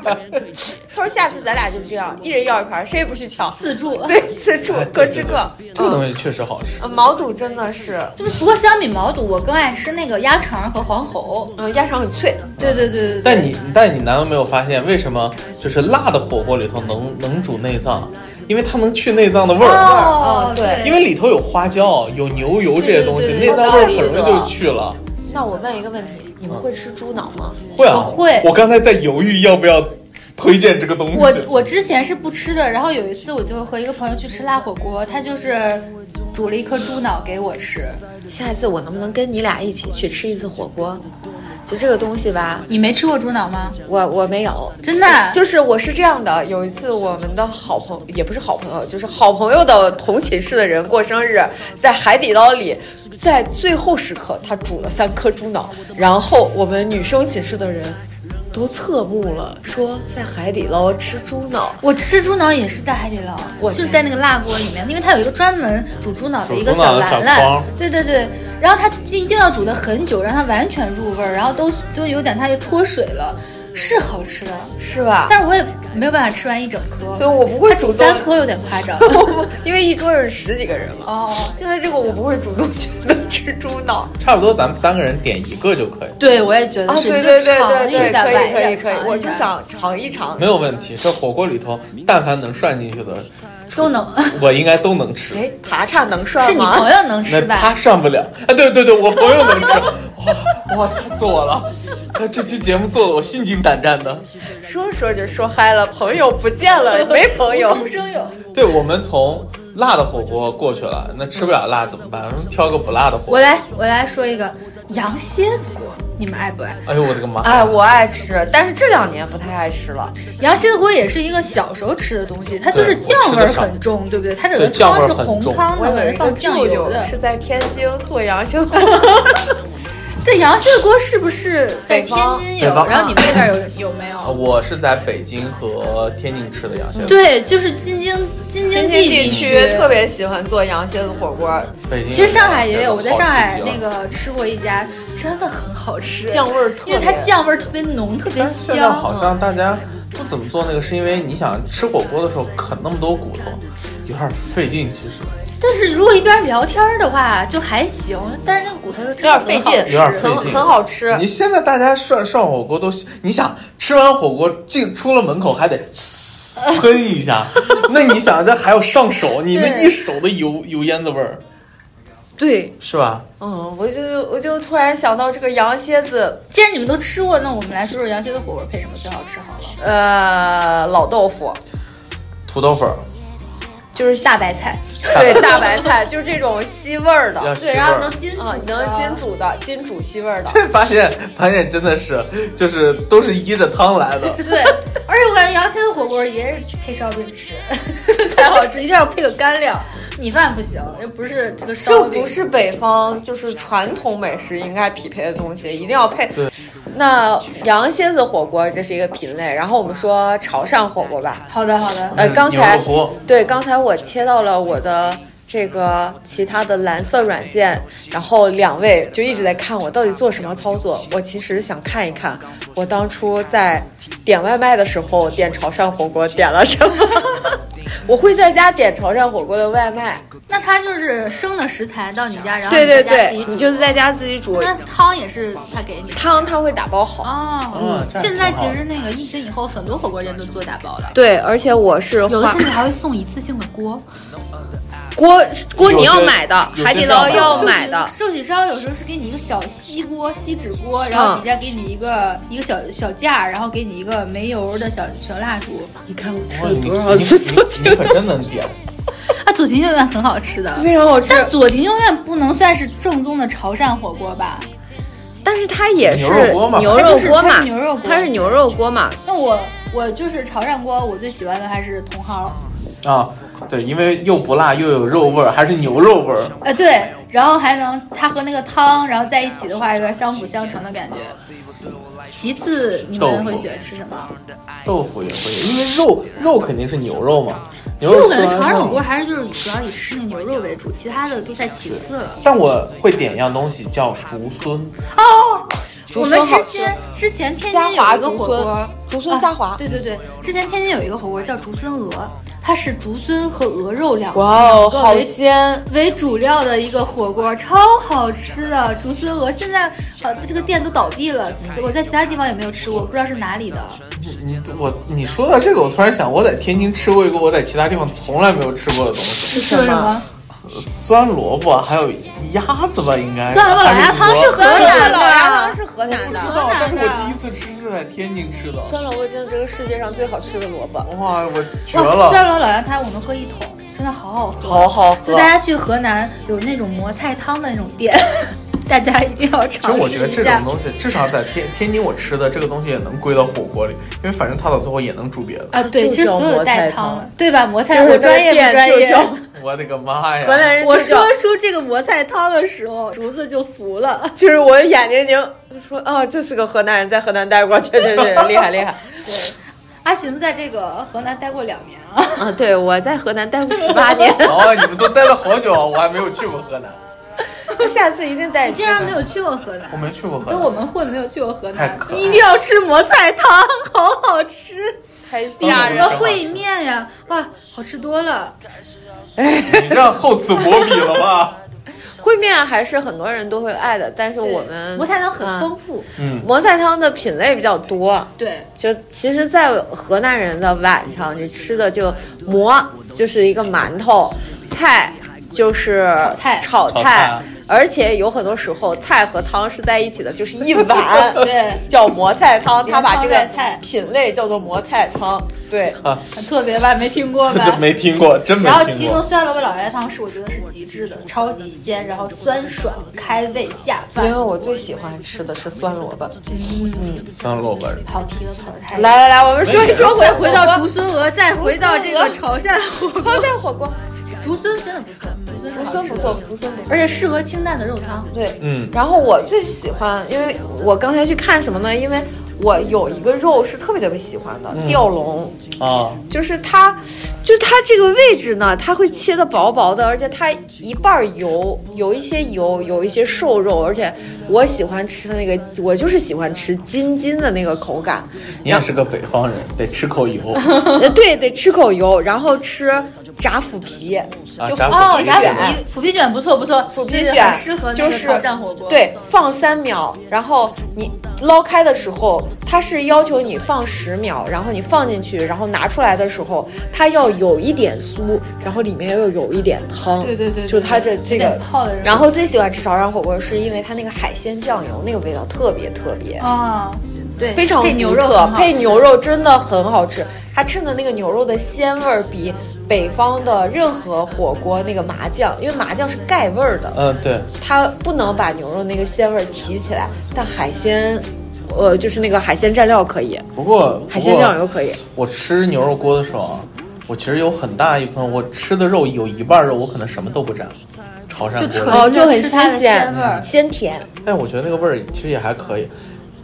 Speaker 1: 他说下次咱俩就这样，一人要一盘儿，谁也不许抢，
Speaker 2: 自助。
Speaker 1: 对，自助各吃各。
Speaker 3: 这个东西确实好吃。
Speaker 1: 呃毛肚真的是，
Speaker 2: 不过相比毛肚，我更爱吃那个鸭肠和黄喉。
Speaker 1: 嗯，鸭肠很脆，
Speaker 2: 对对对对对。
Speaker 3: 但你但你难道没有发现，为什么就是辣的火锅里头能能煮内脏？啊因为它能去内脏的味儿，
Speaker 2: 哦
Speaker 1: 哦对
Speaker 3: 因为里头有花椒、有牛油这些东西，
Speaker 2: 对
Speaker 3: 内
Speaker 2: 对对
Speaker 3: 脏味儿很容易就去了。
Speaker 1: 那我问一个问题，你们会吃猪脑吗？
Speaker 3: 会啊，
Speaker 2: 我会
Speaker 3: 我刚才在犹豫要不要推荐这个东西。
Speaker 2: 我我之前是不吃的，然后有一次我就和一个朋友去吃辣火锅，他就是煮了一颗猪脑给我吃。
Speaker 1: 下一次我能不能跟你俩一起去吃一次火锅？就这个东西吧，
Speaker 2: 你没吃过猪脑吗？
Speaker 1: 我我没有，
Speaker 2: 真的？
Speaker 5: 就是我是这样的，有一次我们的好朋也不是好朋友，就是好朋友的同寝室的人过生日，在海底捞里，在最后时刻他煮了三颗猪脑，然后我们女生寝室的人
Speaker 1: 都侧目了，说在海底捞吃猪脑，
Speaker 2: 我吃猪脑也是在海底捞，
Speaker 1: 我
Speaker 2: 就是在那个辣锅里面，因为它有一个专门煮猪脑的一个
Speaker 3: 煮猪脑的
Speaker 2: 篮
Speaker 3: 小
Speaker 2: 篮
Speaker 3: 筐，
Speaker 2: 对对对，然后它就一定要煮的很久，让它完全入味儿，然后都都有点它就脱水了。是好吃的，
Speaker 1: 是吧？
Speaker 2: 但是我也没有办法吃完一整颗，
Speaker 1: 所以我不会主动 *laughs*
Speaker 2: 三，颗有点夸张。
Speaker 1: 因为一桌有十几个人嘛。
Speaker 2: 哦，
Speaker 1: 现在这个我不会主动 *laughs* 去吃猪脑。
Speaker 3: 差不多咱们三个人点一个就可以，
Speaker 2: 对，我也觉得
Speaker 1: 啊，
Speaker 2: 是，
Speaker 1: 对
Speaker 2: 你
Speaker 1: 对
Speaker 2: 就
Speaker 1: 对
Speaker 2: 尝
Speaker 1: 对
Speaker 2: 一
Speaker 1: 对，
Speaker 2: 下，
Speaker 1: 可以可
Speaker 2: 崴
Speaker 1: 以
Speaker 2: 一下
Speaker 1: 可以，我
Speaker 2: 尝一
Speaker 1: 就
Speaker 2: 下
Speaker 1: 想尝一尝
Speaker 3: 没。有问题。这火锅里头，但凡能涮进去的，
Speaker 2: 都能，
Speaker 3: 我应该都能吃。
Speaker 1: 哎，爬叉能涮
Speaker 2: *laughs* 是你
Speaker 1: 吗？
Speaker 2: 朋友能吃
Speaker 3: 那他
Speaker 2: 吧？
Speaker 3: 上不了啊！对对对，我朋友能
Speaker 2: *laughs*
Speaker 3: 吃，哇哇，吓死我了！他这期节目做的我心惊胆战的。
Speaker 1: 说说就说嗨了，朋友不见
Speaker 2: *laughs*
Speaker 1: 了，没朋友。
Speaker 3: 对我们从辣的火锅过去了，那吃不了辣怎么办？挑个不辣的火
Speaker 2: 我
Speaker 3: 锅。
Speaker 2: 来，我来说一个羊蝎子锅，你们爱不爱？
Speaker 3: 哎呦我的个妈！
Speaker 1: 哎，我爱吃，但是这两年不太爱吃了。
Speaker 2: 羊蝎子锅也是一个小时候吃的东西，它就是
Speaker 3: 对
Speaker 2: 酱味
Speaker 3: 我
Speaker 2: 儿
Speaker 3: 吃得少
Speaker 2: 很重，对不对？它整个
Speaker 3: 对酱味
Speaker 2: 汤
Speaker 3: 儿
Speaker 2: 是
Speaker 3: 很
Speaker 2: 红
Speaker 3: 重
Speaker 2: 汤
Speaker 1: 我
Speaker 2: 的，
Speaker 1: 有
Speaker 2: 里
Speaker 1: 一个
Speaker 2: 放酱
Speaker 1: 舅
Speaker 2: 油
Speaker 1: 舅
Speaker 2: 的。
Speaker 1: 是在天津做羊
Speaker 2: *laughs*
Speaker 1: 蝎火
Speaker 2: 对，羊蝎子锅是不是在
Speaker 1: 北
Speaker 2: 天
Speaker 1: 方
Speaker 2: 津
Speaker 3: 北
Speaker 2: 有？
Speaker 3: 方啊
Speaker 2: 然后你们那边有有没有？
Speaker 3: 我是在北京和天津吃的羊蝎子，
Speaker 2: 对，就是京津京津
Speaker 1: 天
Speaker 2: 冀
Speaker 1: 津
Speaker 2: 地
Speaker 1: 地区特别喜欢做羊蝎子火锅，
Speaker 3: 北京
Speaker 2: 其实上海也有，我在上海
Speaker 3: 好吃极啊
Speaker 2: 那
Speaker 3: 了
Speaker 2: 个吃过一家，真的很好吃，
Speaker 1: 酱味儿特别
Speaker 2: 因为它酱味儿特别浓，特别
Speaker 3: 但是现在
Speaker 2: 香。
Speaker 3: 好像大家不怎么做那个，是因为你想吃火锅的时候啃那么多骨头，有点费劲。其实
Speaker 2: 但是如果一边聊天儿的话，就还行，但是那个骨头又有
Speaker 1: 有点费劲
Speaker 3: 有点费
Speaker 1: 很
Speaker 3: 劲，
Speaker 1: 很好吃
Speaker 3: 你。现在大家涮涮火锅都喜，你想吃完火锅进出了门口还得喷一下，那你想这还要上手，你那一手的油油烟子味儿，
Speaker 1: 对，
Speaker 3: 是吧？
Speaker 1: 嗯，我就我就突然想到这个羊蝎子，
Speaker 2: 既然你们都吃过，那我们来说说羊蝎子火锅配什么最好吃好了，
Speaker 1: 呃，老豆腐，
Speaker 3: 土豆粉儿， *laughs*
Speaker 2: 就是大白菜，
Speaker 1: 对，大白菜，就是这种吸味儿
Speaker 3: 要
Speaker 1: 的，
Speaker 3: 吸
Speaker 2: 对，
Speaker 3: 味
Speaker 2: 然后
Speaker 3: 儿
Speaker 2: 哦能。煎煮
Speaker 1: 啊，
Speaker 2: 的，
Speaker 1: 能金煮的，金煮吸味儿的。
Speaker 3: 这发现发现真的是，就是都是依着汤来的。
Speaker 2: 对，而且我感觉羊蝎子火锅也是配烧饼 *laughs* 吃才好吃，一定要配个干料，米饭不行，又不是这
Speaker 1: 这
Speaker 2: 个烧饼，
Speaker 1: 不是北方就是传统美食应该匹配的东西，一定要配
Speaker 3: 对。
Speaker 1: 那羊蝎子火锅这是一个品类，然后我们说潮汕火锅吧。
Speaker 2: 好的好的，
Speaker 1: 呃，
Speaker 3: 嗯
Speaker 1: 刚才
Speaker 3: 牛肉锅
Speaker 1: 对，刚才我切到了我的这个其他的蓝色软件，然后两位就一直在看我到底做什么操作。我其实想看一看我当初在点外卖的时候点潮汕火锅点了什么。 *laughs* 我会在家点潮汕火锅的外卖，
Speaker 2: 那它就是生的食材到你家，然后
Speaker 1: 对对对
Speaker 2: 你在家自己，煮
Speaker 1: 你就是在家自己煮，
Speaker 2: 那汤也是他给你
Speaker 1: 汤它会打包好。
Speaker 2: 哦
Speaker 3: 嗯这样
Speaker 2: 现在
Speaker 3: 挺好
Speaker 2: 其实那个疫情以后，很多火锅店都做打包了。
Speaker 1: 对，而且我是
Speaker 2: 有的
Speaker 1: 花
Speaker 2: 甚至还会送一次性的锅，
Speaker 1: 锅锅你
Speaker 3: 有
Speaker 1: 要
Speaker 3: 些
Speaker 1: 买的，
Speaker 3: 有
Speaker 1: 海
Speaker 3: 些
Speaker 1: 底
Speaker 3: 是
Speaker 1: 捞
Speaker 3: 要
Speaker 1: 哦要
Speaker 3: 买
Speaker 1: 买的，
Speaker 2: 寿喜烧有时候是给你一个小锡锅、锡纸锅，然
Speaker 1: 嗯
Speaker 2: 后底下给你一个、一个小小架，然后给你一个没油的小小蜡烛。
Speaker 1: 你看我吃
Speaker 3: 哇
Speaker 1: 了
Speaker 3: 你
Speaker 1: 多少次昨
Speaker 3: 你你你可真能点，
Speaker 2: 啊，左庭右院很好吃的，
Speaker 1: 非常好吃，
Speaker 2: 但左庭右院不能算是正宗的潮汕火锅吧？
Speaker 1: 但是它也是
Speaker 3: 牛肉锅嘛
Speaker 1: 牛肉锅嘛
Speaker 2: 它就是它是牛肉锅
Speaker 1: 它是牛肉锅嘛，
Speaker 2: 那我我就是潮汕锅，我最喜欢的还是茼蒿。
Speaker 3: 啊，对，因为又不辣又有肉味儿，还是牛肉味儿。
Speaker 2: 呃，对，然后还能它和那个汤，然后在一起的话，有点相辅相成的感觉。其次，你
Speaker 3: 豆
Speaker 2: 们
Speaker 3: 腐
Speaker 2: 会喜欢吃什么？
Speaker 3: 豆腐也会，因为肉肉肯定是牛肉嘛。
Speaker 2: 其
Speaker 3: 其
Speaker 2: 实我感觉潮汕火锅还是就是主要以吃那牛肉为主，其他的都在其次了。
Speaker 3: 但我会点一样东西叫竹荪，
Speaker 2: 哦，我
Speaker 1: 竹
Speaker 2: 们
Speaker 1: 荪
Speaker 2: 之
Speaker 1: 好
Speaker 2: 前之前天
Speaker 1: 虾
Speaker 2: 津有
Speaker 1: 滑
Speaker 2: 一个
Speaker 1: 竹
Speaker 2: 火锅
Speaker 1: 荪
Speaker 2: 儿，，
Speaker 1: 竹荪虾滑
Speaker 2: 啊，对对对，之前天津有一个火锅叫竹荪鹅，它是竹荪和鹅肉两
Speaker 1: 哇哦，
Speaker 2: 个
Speaker 1: 好
Speaker 2: 为
Speaker 1: 鲜！
Speaker 2: 为主料的一个火锅，超好吃的竹荪鹅。现在呃这个店都倒闭了，我在其他地方也没有吃过，不知道是哪里的。
Speaker 3: 你我你说到这个，我突然想，我在天津吃过一个我在其他地方从来没有吃过的东
Speaker 2: 是
Speaker 3: 西，
Speaker 2: 什么？
Speaker 3: 酸萝卜，还有鸭子吧，应该
Speaker 2: 酸萝卜老鸭汤是河南的，
Speaker 6: 老鸭汤是河南
Speaker 3: 不
Speaker 6: 的
Speaker 3: 知。道，
Speaker 2: 河
Speaker 3: 但是
Speaker 2: 南的
Speaker 3: 我第一次吃是在天津吃的，
Speaker 6: 酸萝卜真的这个世界上最好吃的萝卜，
Speaker 3: 哇，我绝
Speaker 2: 哇酸
Speaker 3: 了！
Speaker 2: 萝老鸭汤我能喝一桶，真的好好喝。
Speaker 1: 好好
Speaker 2: 就
Speaker 1: 喝
Speaker 2: 大，家去河南有那种磨菜汤的那种店， *laughs* 大家一定要
Speaker 3: 其实
Speaker 2: 尝
Speaker 3: 我觉得
Speaker 2: 试
Speaker 3: 这
Speaker 2: 一
Speaker 3: 种
Speaker 2: 下。
Speaker 3: 东西，至少在天天津我吃的这个东西也能归到火锅里，因为反正它到最后也能煮
Speaker 2: *laughs*
Speaker 3: 别的。
Speaker 2: 啊，对，
Speaker 1: 就
Speaker 2: 其实
Speaker 1: 叫
Speaker 2: 所有
Speaker 1: 磨
Speaker 2: 带
Speaker 1: 菜
Speaker 2: 汤
Speaker 1: 汤
Speaker 2: 的，对吧？磨菜
Speaker 1: *laughs* 就是
Speaker 2: 我
Speaker 1: 这个
Speaker 2: 专业不
Speaker 1: 店
Speaker 2: 专
Speaker 1: 就
Speaker 2: 业？ *laughs*
Speaker 1: *laughs* 叫
Speaker 3: 我的个妈呀！
Speaker 1: 河南人
Speaker 2: 我
Speaker 1: 就叫
Speaker 2: 说出这个磨菜汤的时候，竹子就服了。
Speaker 1: 就是我的眼睛已经说啊，这是个河南人，在河南待过，对对对，厉害厉害
Speaker 2: 阿行在这个河南待过两年啊，
Speaker 1: *laughs* 啊！对我在河南待过十八年，
Speaker 3: 哦，你们都待了好久啊，我还没有去过河南。
Speaker 1: *laughs* 下次一定带你
Speaker 2: 竟然没有去过河南，
Speaker 3: 我没去过河
Speaker 2: 跟
Speaker 3: 南，
Speaker 2: 我们混没有去过河
Speaker 3: 太
Speaker 2: 南，
Speaker 3: 可
Speaker 1: 一定要吃馍菜汤，好好吃。
Speaker 7: 开心。
Speaker 2: 呀，什么烩面呀，哇，好吃多了。
Speaker 3: 你这样厚此薄彼了吧？
Speaker 1: 烩面还是很多人都会爱的，但是我们
Speaker 2: 馍菜汤很
Speaker 1: 嗯
Speaker 2: 丰富，
Speaker 3: 嗯，
Speaker 1: 馍菜汤的品类比较多，
Speaker 2: 对，
Speaker 1: 就其实，在河南人的晚上，你吃的就馍就是一个馒头，菜就是炒
Speaker 2: 菜
Speaker 1: 炒
Speaker 3: 炒菜
Speaker 1: 而且有很多时候菜和汤是在一起的，就是一碗
Speaker 2: *laughs* 对，
Speaker 1: 叫馍菜汤，他把这个
Speaker 2: 连汤带菜
Speaker 1: 品类叫做馍菜汤，对，
Speaker 2: 很特别吧？没听过吧
Speaker 3: *laughs* 这？没听过，啊真没
Speaker 2: 然后
Speaker 3: 听
Speaker 2: 其中
Speaker 3: 过。
Speaker 2: 酸萝卜老爷汤是我觉得是极致的，超级鲜，然后酸爽，开胃下
Speaker 1: 因
Speaker 2: 饭
Speaker 1: 为。我最喜欢吃的是酸萝卜。
Speaker 3: 酸萝卜，
Speaker 2: 跑题了，跑的太远。
Speaker 1: 来来来，我们说一说回
Speaker 2: 再回到竹荪鹅，再回到这个潮汕火锅。
Speaker 1: 菜火锅，
Speaker 2: 竹荪真的不错，竹荪是
Speaker 1: 竹
Speaker 2: 好
Speaker 1: 荪
Speaker 2: 吃
Speaker 1: 不
Speaker 2: 的
Speaker 1: 错，竹荪不错。
Speaker 2: 而且适合清淡的肉汤。
Speaker 1: 对，
Speaker 3: 嗯
Speaker 1: 然后我最喜欢，因为我刚才去看什么呢？因为我有一个肉是特别特别喜欢的，吊龙，
Speaker 3: 啊，
Speaker 1: 就是它，就是它这个位置呢，它会切的薄薄的，而且它一半儿油，有一些油，有一些瘦肉，而且我喜欢吃的那个，我就是喜欢吃筋筋的那个口感。
Speaker 3: 你也是个北方人，得吃口油。
Speaker 1: 呃， *laughs* 对，得吃口油，然后吃炸腐皮，就
Speaker 3: 啊炸
Speaker 2: 哦
Speaker 3: 腐
Speaker 1: 腐皮
Speaker 2: 炸
Speaker 1: 卷。
Speaker 2: 腐皮，腐皮卷不错不错，腐
Speaker 1: 皮卷
Speaker 2: 适合那
Speaker 1: 啊就
Speaker 2: 个
Speaker 1: 是
Speaker 2: 潮汕火锅。，
Speaker 1: 对，放三秒，然后你捞开的时候，它是要求你放十秒，然后你放进去，然后拿出来的时候，它要有一点酥，然后里面又有一点汤。
Speaker 2: 对对对对
Speaker 1: 就它这
Speaker 2: 对
Speaker 1: 这
Speaker 2: 有
Speaker 1: 个
Speaker 2: 点泡的那种
Speaker 1: 然后最喜欢吃潮汕火锅，是因为它那个海鲜酱油那个味道特别特别。
Speaker 2: 啊，对，
Speaker 1: 非常
Speaker 2: 配
Speaker 1: 独
Speaker 2: 牛肉
Speaker 1: 特
Speaker 2: 很好
Speaker 1: 配牛肉真的很好吃。它趁的那个牛肉的鲜味儿比北方的任何火锅那个麻酱，因为麻酱是盖味儿的，
Speaker 3: 嗯，对，
Speaker 1: 它不能把牛肉那个鲜味儿提起来，但海鲜，呃，就是那个海鲜蘸料可以，
Speaker 3: 不过
Speaker 1: 海鲜酱油可以。
Speaker 3: 我吃牛肉锅的时候啊，我其实有很大一部分我吃的肉有一半肉我可能什么都不沾，潮
Speaker 2: 就
Speaker 3: 汕锅
Speaker 2: 纯
Speaker 3: 的，
Speaker 1: 哦，就很
Speaker 2: 是
Speaker 1: 新
Speaker 2: 它的
Speaker 1: 鲜
Speaker 2: 鲜味儿，
Speaker 1: 鲜甜。
Speaker 3: 但我觉得那个味儿其实也还可以，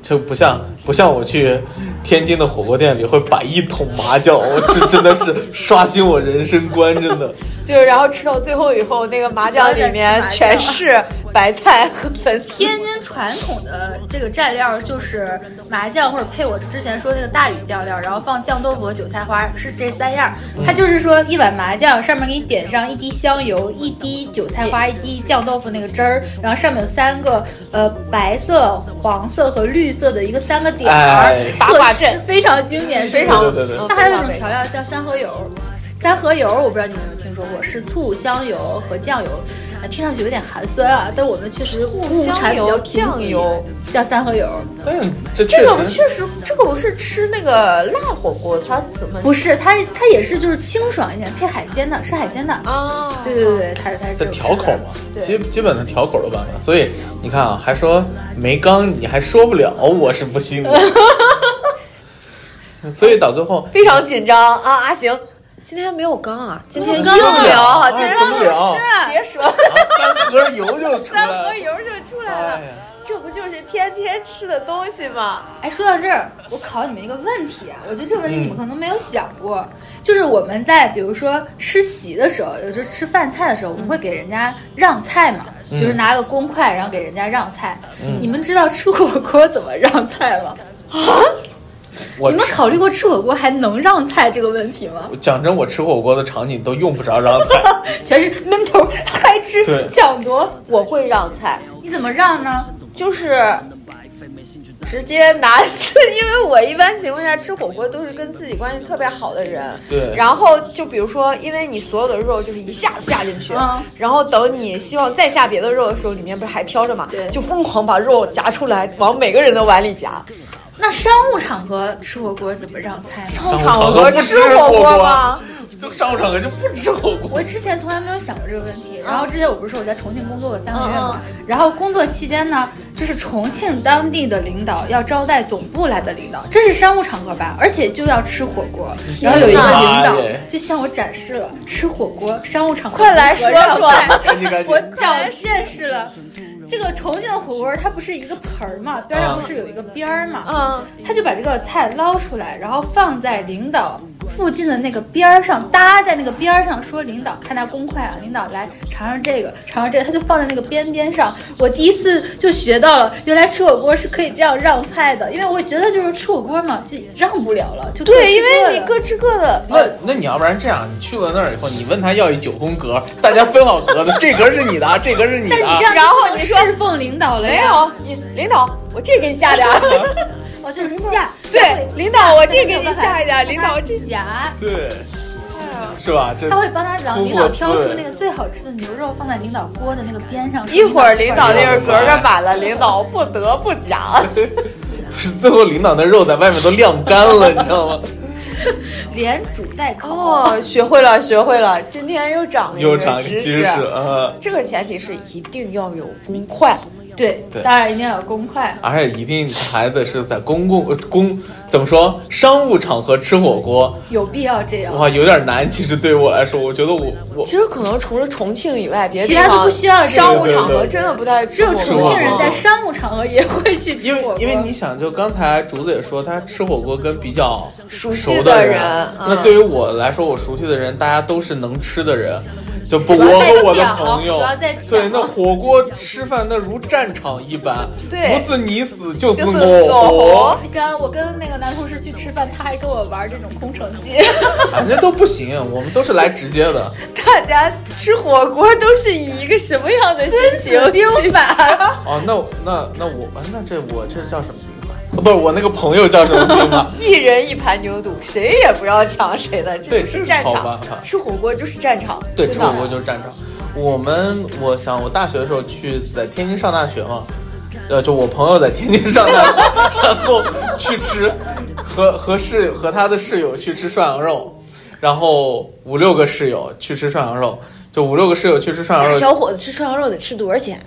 Speaker 3: 就不像不像我去天津的火锅店里会摆一桶麻酱，我这真的是刷新我人生观，真 *laughs* 的。
Speaker 1: 就是然后吃到最后以后，那个麻酱里面全是白菜和粉丝。
Speaker 2: 天津传统的这个蘸料就是麻酱，或者配我之前说那个大禹酱料，然后放酱豆腐、和韭菜花，是这三样儿。它就是说一碗麻酱上面给你点上一滴香油、一滴韭菜花、一滴酱豆腐那个汁儿，然后上面有三个呃白色、黄色和绿色的一个三个点儿
Speaker 3: 哎，
Speaker 1: 八卦阵嗯
Speaker 2: 做非常经典，非常
Speaker 3: 对对对对
Speaker 2: 它还有一种调料叫三合油，三合油我不知道你们有没有听说过，是醋、香油和酱油。啊听上去有点寒酸啊，但我们确实物产比较贫
Speaker 1: 酱
Speaker 2: 瘠
Speaker 1: 油
Speaker 2: 叫三合油，
Speaker 3: 但是这确
Speaker 1: 这个
Speaker 3: 实，
Speaker 1: 确实，这个我是吃那个辣火锅，它怎么
Speaker 2: 不是它，它也是就是清爽一点，配海鲜的，吃海鲜的。
Speaker 1: 啊？
Speaker 2: 对对对对，它它是
Speaker 3: 这
Speaker 2: 种
Speaker 3: 调口嘛，基
Speaker 2: 对，
Speaker 3: 基本的调口的办法。所以你看啊，还说没刚，你还说不了，我是不 *laughs* 信的。所以到最后，
Speaker 1: 非常紧张啊！阿行，今天没有缸啊，今天硬
Speaker 3: 缸啊
Speaker 1: 聊，今
Speaker 3: 哎
Speaker 1: 天
Speaker 3: 怎么聊
Speaker 1: 别说了，
Speaker 3: 啊三盒油就出来
Speaker 1: 三
Speaker 3: 了。
Speaker 1: 合油就出来
Speaker 3: 哎
Speaker 1: 了，
Speaker 3: 呀
Speaker 1: 这不就是天天吃的东西吗？
Speaker 2: 哎，说到这儿，我考你们一个问题啊，我觉得这个问题你们
Speaker 3: 嗯
Speaker 2: 可能没有想过，就是我们在比如说吃席的时候，有时候吃饭菜的时候，我们会
Speaker 3: 嗯
Speaker 2: 给人家让菜嘛，就是拿个公筷，然后给人家让菜。
Speaker 3: 嗯
Speaker 2: 你们知道吃火锅怎么让菜吗？
Speaker 3: 我
Speaker 2: 你们
Speaker 3: 吃
Speaker 2: 考虑过吃火锅还能让菜这个问题吗？
Speaker 3: 讲真，我吃火锅的场景都用不着让 *laughs* 菜。
Speaker 2: 全是闷头嗨吃
Speaker 3: 对
Speaker 2: 抢夺，
Speaker 1: 我会让菜，
Speaker 2: 你怎么让呢？
Speaker 1: 就是直接拿， *laughs* 因为我一般情况下吃火锅都是跟自己关系特别好的人。
Speaker 3: 对
Speaker 1: 然后就比如说，因为你所有的肉就是一下子下进去，
Speaker 2: 嗯
Speaker 1: 然后等你希望再下别的肉的时候，里面不是还飘着嘛？
Speaker 2: 对
Speaker 1: 就疯狂把肉夹出来，往每个人的碗里夹。
Speaker 2: 那商务场合吃火锅怎么让菜呢？
Speaker 1: 商
Speaker 3: 场合
Speaker 1: 合
Speaker 3: 不
Speaker 1: 吃
Speaker 3: 吃火
Speaker 1: 锅
Speaker 3: 锅啊 *laughs*
Speaker 1: 吗？
Speaker 3: 就上场合就不吃火锅。
Speaker 2: 我之前从来没有想过这个问题。然后
Speaker 1: 嗯
Speaker 2: 之前我不是说我在重庆工作过三个月嘛，然后工作期间呢，就是重庆当地的领导要招待总部来的领导，这是商务场合吧，而且就要吃火锅。然后有一个领导
Speaker 3: 妈耶
Speaker 2: 就向我展示了吃火锅商务场合，
Speaker 1: 哎快来说说。 *laughs*
Speaker 3: 赶紧赶 *laughs* 紧
Speaker 2: 我，长见识了。这个重庆的火锅，它不是一个盆儿嘛，边上不是有一个边儿嘛？
Speaker 1: 嗯，
Speaker 2: 他就把这个菜捞出来，然后放在领导附近的那个边儿上搭在那个边儿上，说领导看他公筷啊，领导来尝尝这个，尝尝这个，他就放在那个边边上。我第一次就学到了，原来吃火锅是可以这样让菜的，因为我觉得就是吃火锅嘛，就让不了了，就各吃
Speaker 1: 对，因
Speaker 2: 各
Speaker 1: 为
Speaker 2: 的
Speaker 1: 你各吃各的。 *laughs*
Speaker 3: 那那你要不然这样，你去了那儿以后，你问他要一九宫格，大家分好格子，这格是你的啊，这格是你的
Speaker 2: 但
Speaker 3: 啊
Speaker 2: 你这。样
Speaker 1: 然后
Speaker 2: 就
Speaker 1: 你
Speaker 2: 是
Speaker 1: 说
Speaker 2: 侍奉领导了
Speaker 1: 没
Speaker 2: 呀，
Speaker 1: 有，你领导，我这给你下点儿。
Speaker 2: 哦，就是下
Speaker 1: 对，领导，我这给你下一点儿。领导，我这
Speaker 2: 夹。
Speaker 3: 对，是吧？这
Speaker 2: 他会帮他让领导
Speaker 3: 通过思
Speaker 2: 挑出
Speaker 3: 维
Speaker 2: 那个最好吃的牛肉，放在领导锅的那个边
Speaker 1: *laughs*
Speaker 2: 上。
Speaker 1: 一会儿领导
Speaker 3: 就
Speaker 1: 那个格儿给满了，领导不得不
Speaker 3: *laughs*
Speaker 1: 讲。
Speaker 3: 不是最后领导那肉在外面都晾干了，你知道 *laughs* 吗？
Speaker 2: 连煮带烤。
Speaker 1: 哦，学会了，学会了，今天又长了一
Speaker 3: 又
Speaker 1: 个
Speaker 3: 长一个
Speaker 1: 知
Speaker 3: 知识啊，
Speaker 1: 这个前提是一定要有公筷，
Speaker 2: 对，
Speaker 3: 对
Speaker 2: 当然一定要有公筷。
Speaker 3: 而且一定还得是在公共呃公怎么说商务场合吃火锅，
Speaker 2: 有必要这样。
Speaker 3: 哇，有点难。其实对于我来说，我觉得我我
Speaker 1: 其实可能除了重庆以外，别的
Speaker 2: 其
Speaker 1: 地
Speaker 2: 他
Speaker 1: 方
Speaker 2: 都不需要这个
Speaker 1: 商务场
Speaker 3: 对对
Speaker 1: 合
Speaker 3: 对
Speaker 1: 真的不太
Speaker 2: 只
Speaker 1: 只
Speaker 2: 有重庆人在
Speaker 3: 吃火锅
Speaker 2: 商务场合也会去吃
Speaker 3: 因
Speaker 2: 火锅。
Speaker 3: 为因为你想，就刚才竹子也说，他吃火锅跟比较熟
Speaker 1: 悉
Speaker 3: 的
Speaker 1: 的
Speaker 3: 人
Speaker 1: 人，嗯
Speaker 3: 那对于我来说，我熟悉的人，大家都是能吃的人。就不，我和我的朋友
Speaker 2: 主要在抢，
Speaker 3: 对，那火锅吃饭那如战场一般，
Speaker 1: 对
Speaker 3: 不是你死就是
Speaker 1: 就是
Speaker 3: 我
Speaker 1: 我
Speaker 3: 活，
Speaker 2: 你想，我跟那个男同事去吃饭，他还跟我玩这种空城计。
Speaker 3: 反哎正都不行，我们都是来直接的。
Speaker 1: 大家吃火锅都是以一个什么样的心情去法？
Speaker 3: 哦，那那那我哎那这我这叫什么病吧？哦不是我那个朋友叫什么病吧
Speaker 1: *laughs* ？一人一盘牛肚，谁也不要抢谁的，这
Speaker 3: 对
Speaker 1: 就
Speaker 3: 这是
Speaker 1: 是战
Speaker 3: 好办
Speaker 1: 场
Speaker 3: 法。
Speaker 1: 吃火锅就是战场，
Speaker 3: 对，吃
Speaker 1: 真的
Speaker 3: 火锅就是战场。我们我想我大学的时候去在天津上大学嘛，呃，就我朋友在天津上大学， *laughs* 然后去吃和和室和他的室友去吃涮羊肉，然后五六个室友去吃涮羊肉，就五六个室友去吃涮羊肉，
Speaker 1: 小伙子吃涮羊肉得吃多少钱？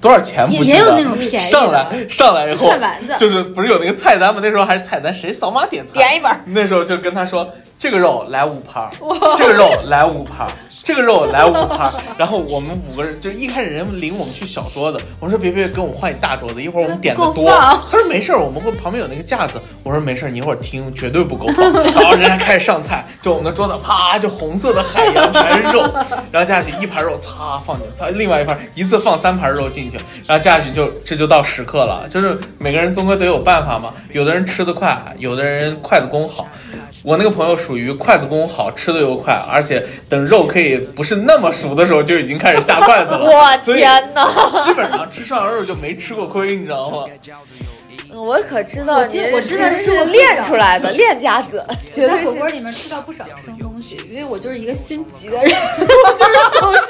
Speaker 3: 多少钱不记得
Speaker 2: 也也有那种便宜的
Speaker 3: 上来上来以后，
Speaker 2: 晒丸子
Speaker 3: 就是不是有那个菜单吗？那时候还是菜单，谁扫码点菜？
Speaker 1: 点一本儿
Speaker 3: *laughs* 那时候就跟他说，这个肉来五盘儿，这个肉来五盘儿。这个肉来五盘儿，然后我们五个人就一开始人家领我们去小桌子，我说别别，跟我换一大桌子，一会儿我们点的
Speaker 2: 不够
Speaker 3: 多。
Speaker 2: 放
Speaker 3: 他说没事儿，我们会旁边有那个架子。我说没事儿，你一会儿听，绝对不够放。 *laughs* 然后人家开始上菜，就我们的桌子啪就红色的海洋全是肉，然后下去一盘肉擦放进，去，另外一盘一次放三盘肉进去，然后下去就这就到时刻了，就是每个人终归得有办法嘛。有的人吃得快，有的人筷子功好。我那个朋友属于筷子功好，吃的又快，而且等肉可以不是那么熟的时候就已经开始下筷子
Speaker 1: *laughs*
Speaker 3: 了。
Speaker 1: 我
Speaker 3: 所以
Speaker 1: 天哪！
Speaker 3: 基本上吃涮羊肉就没吃过亏，你知道吗？
Speaker 1: 我可知道
Speaker 2: 我记
Speaker 1: 您，
Speaker 2: 我真的是
Speaker 1: 是练出来的练家
Speaker 2: *laughs*
Speaker 1: 子，绝
Speaker 2: 我在
Speaker 1: 对
Speaker 2: 火
Speaker 1: 是
Speaker 2: 锅里面吃到不少生东西，因为我就是一个心急的人， *laughs* 我就是总是。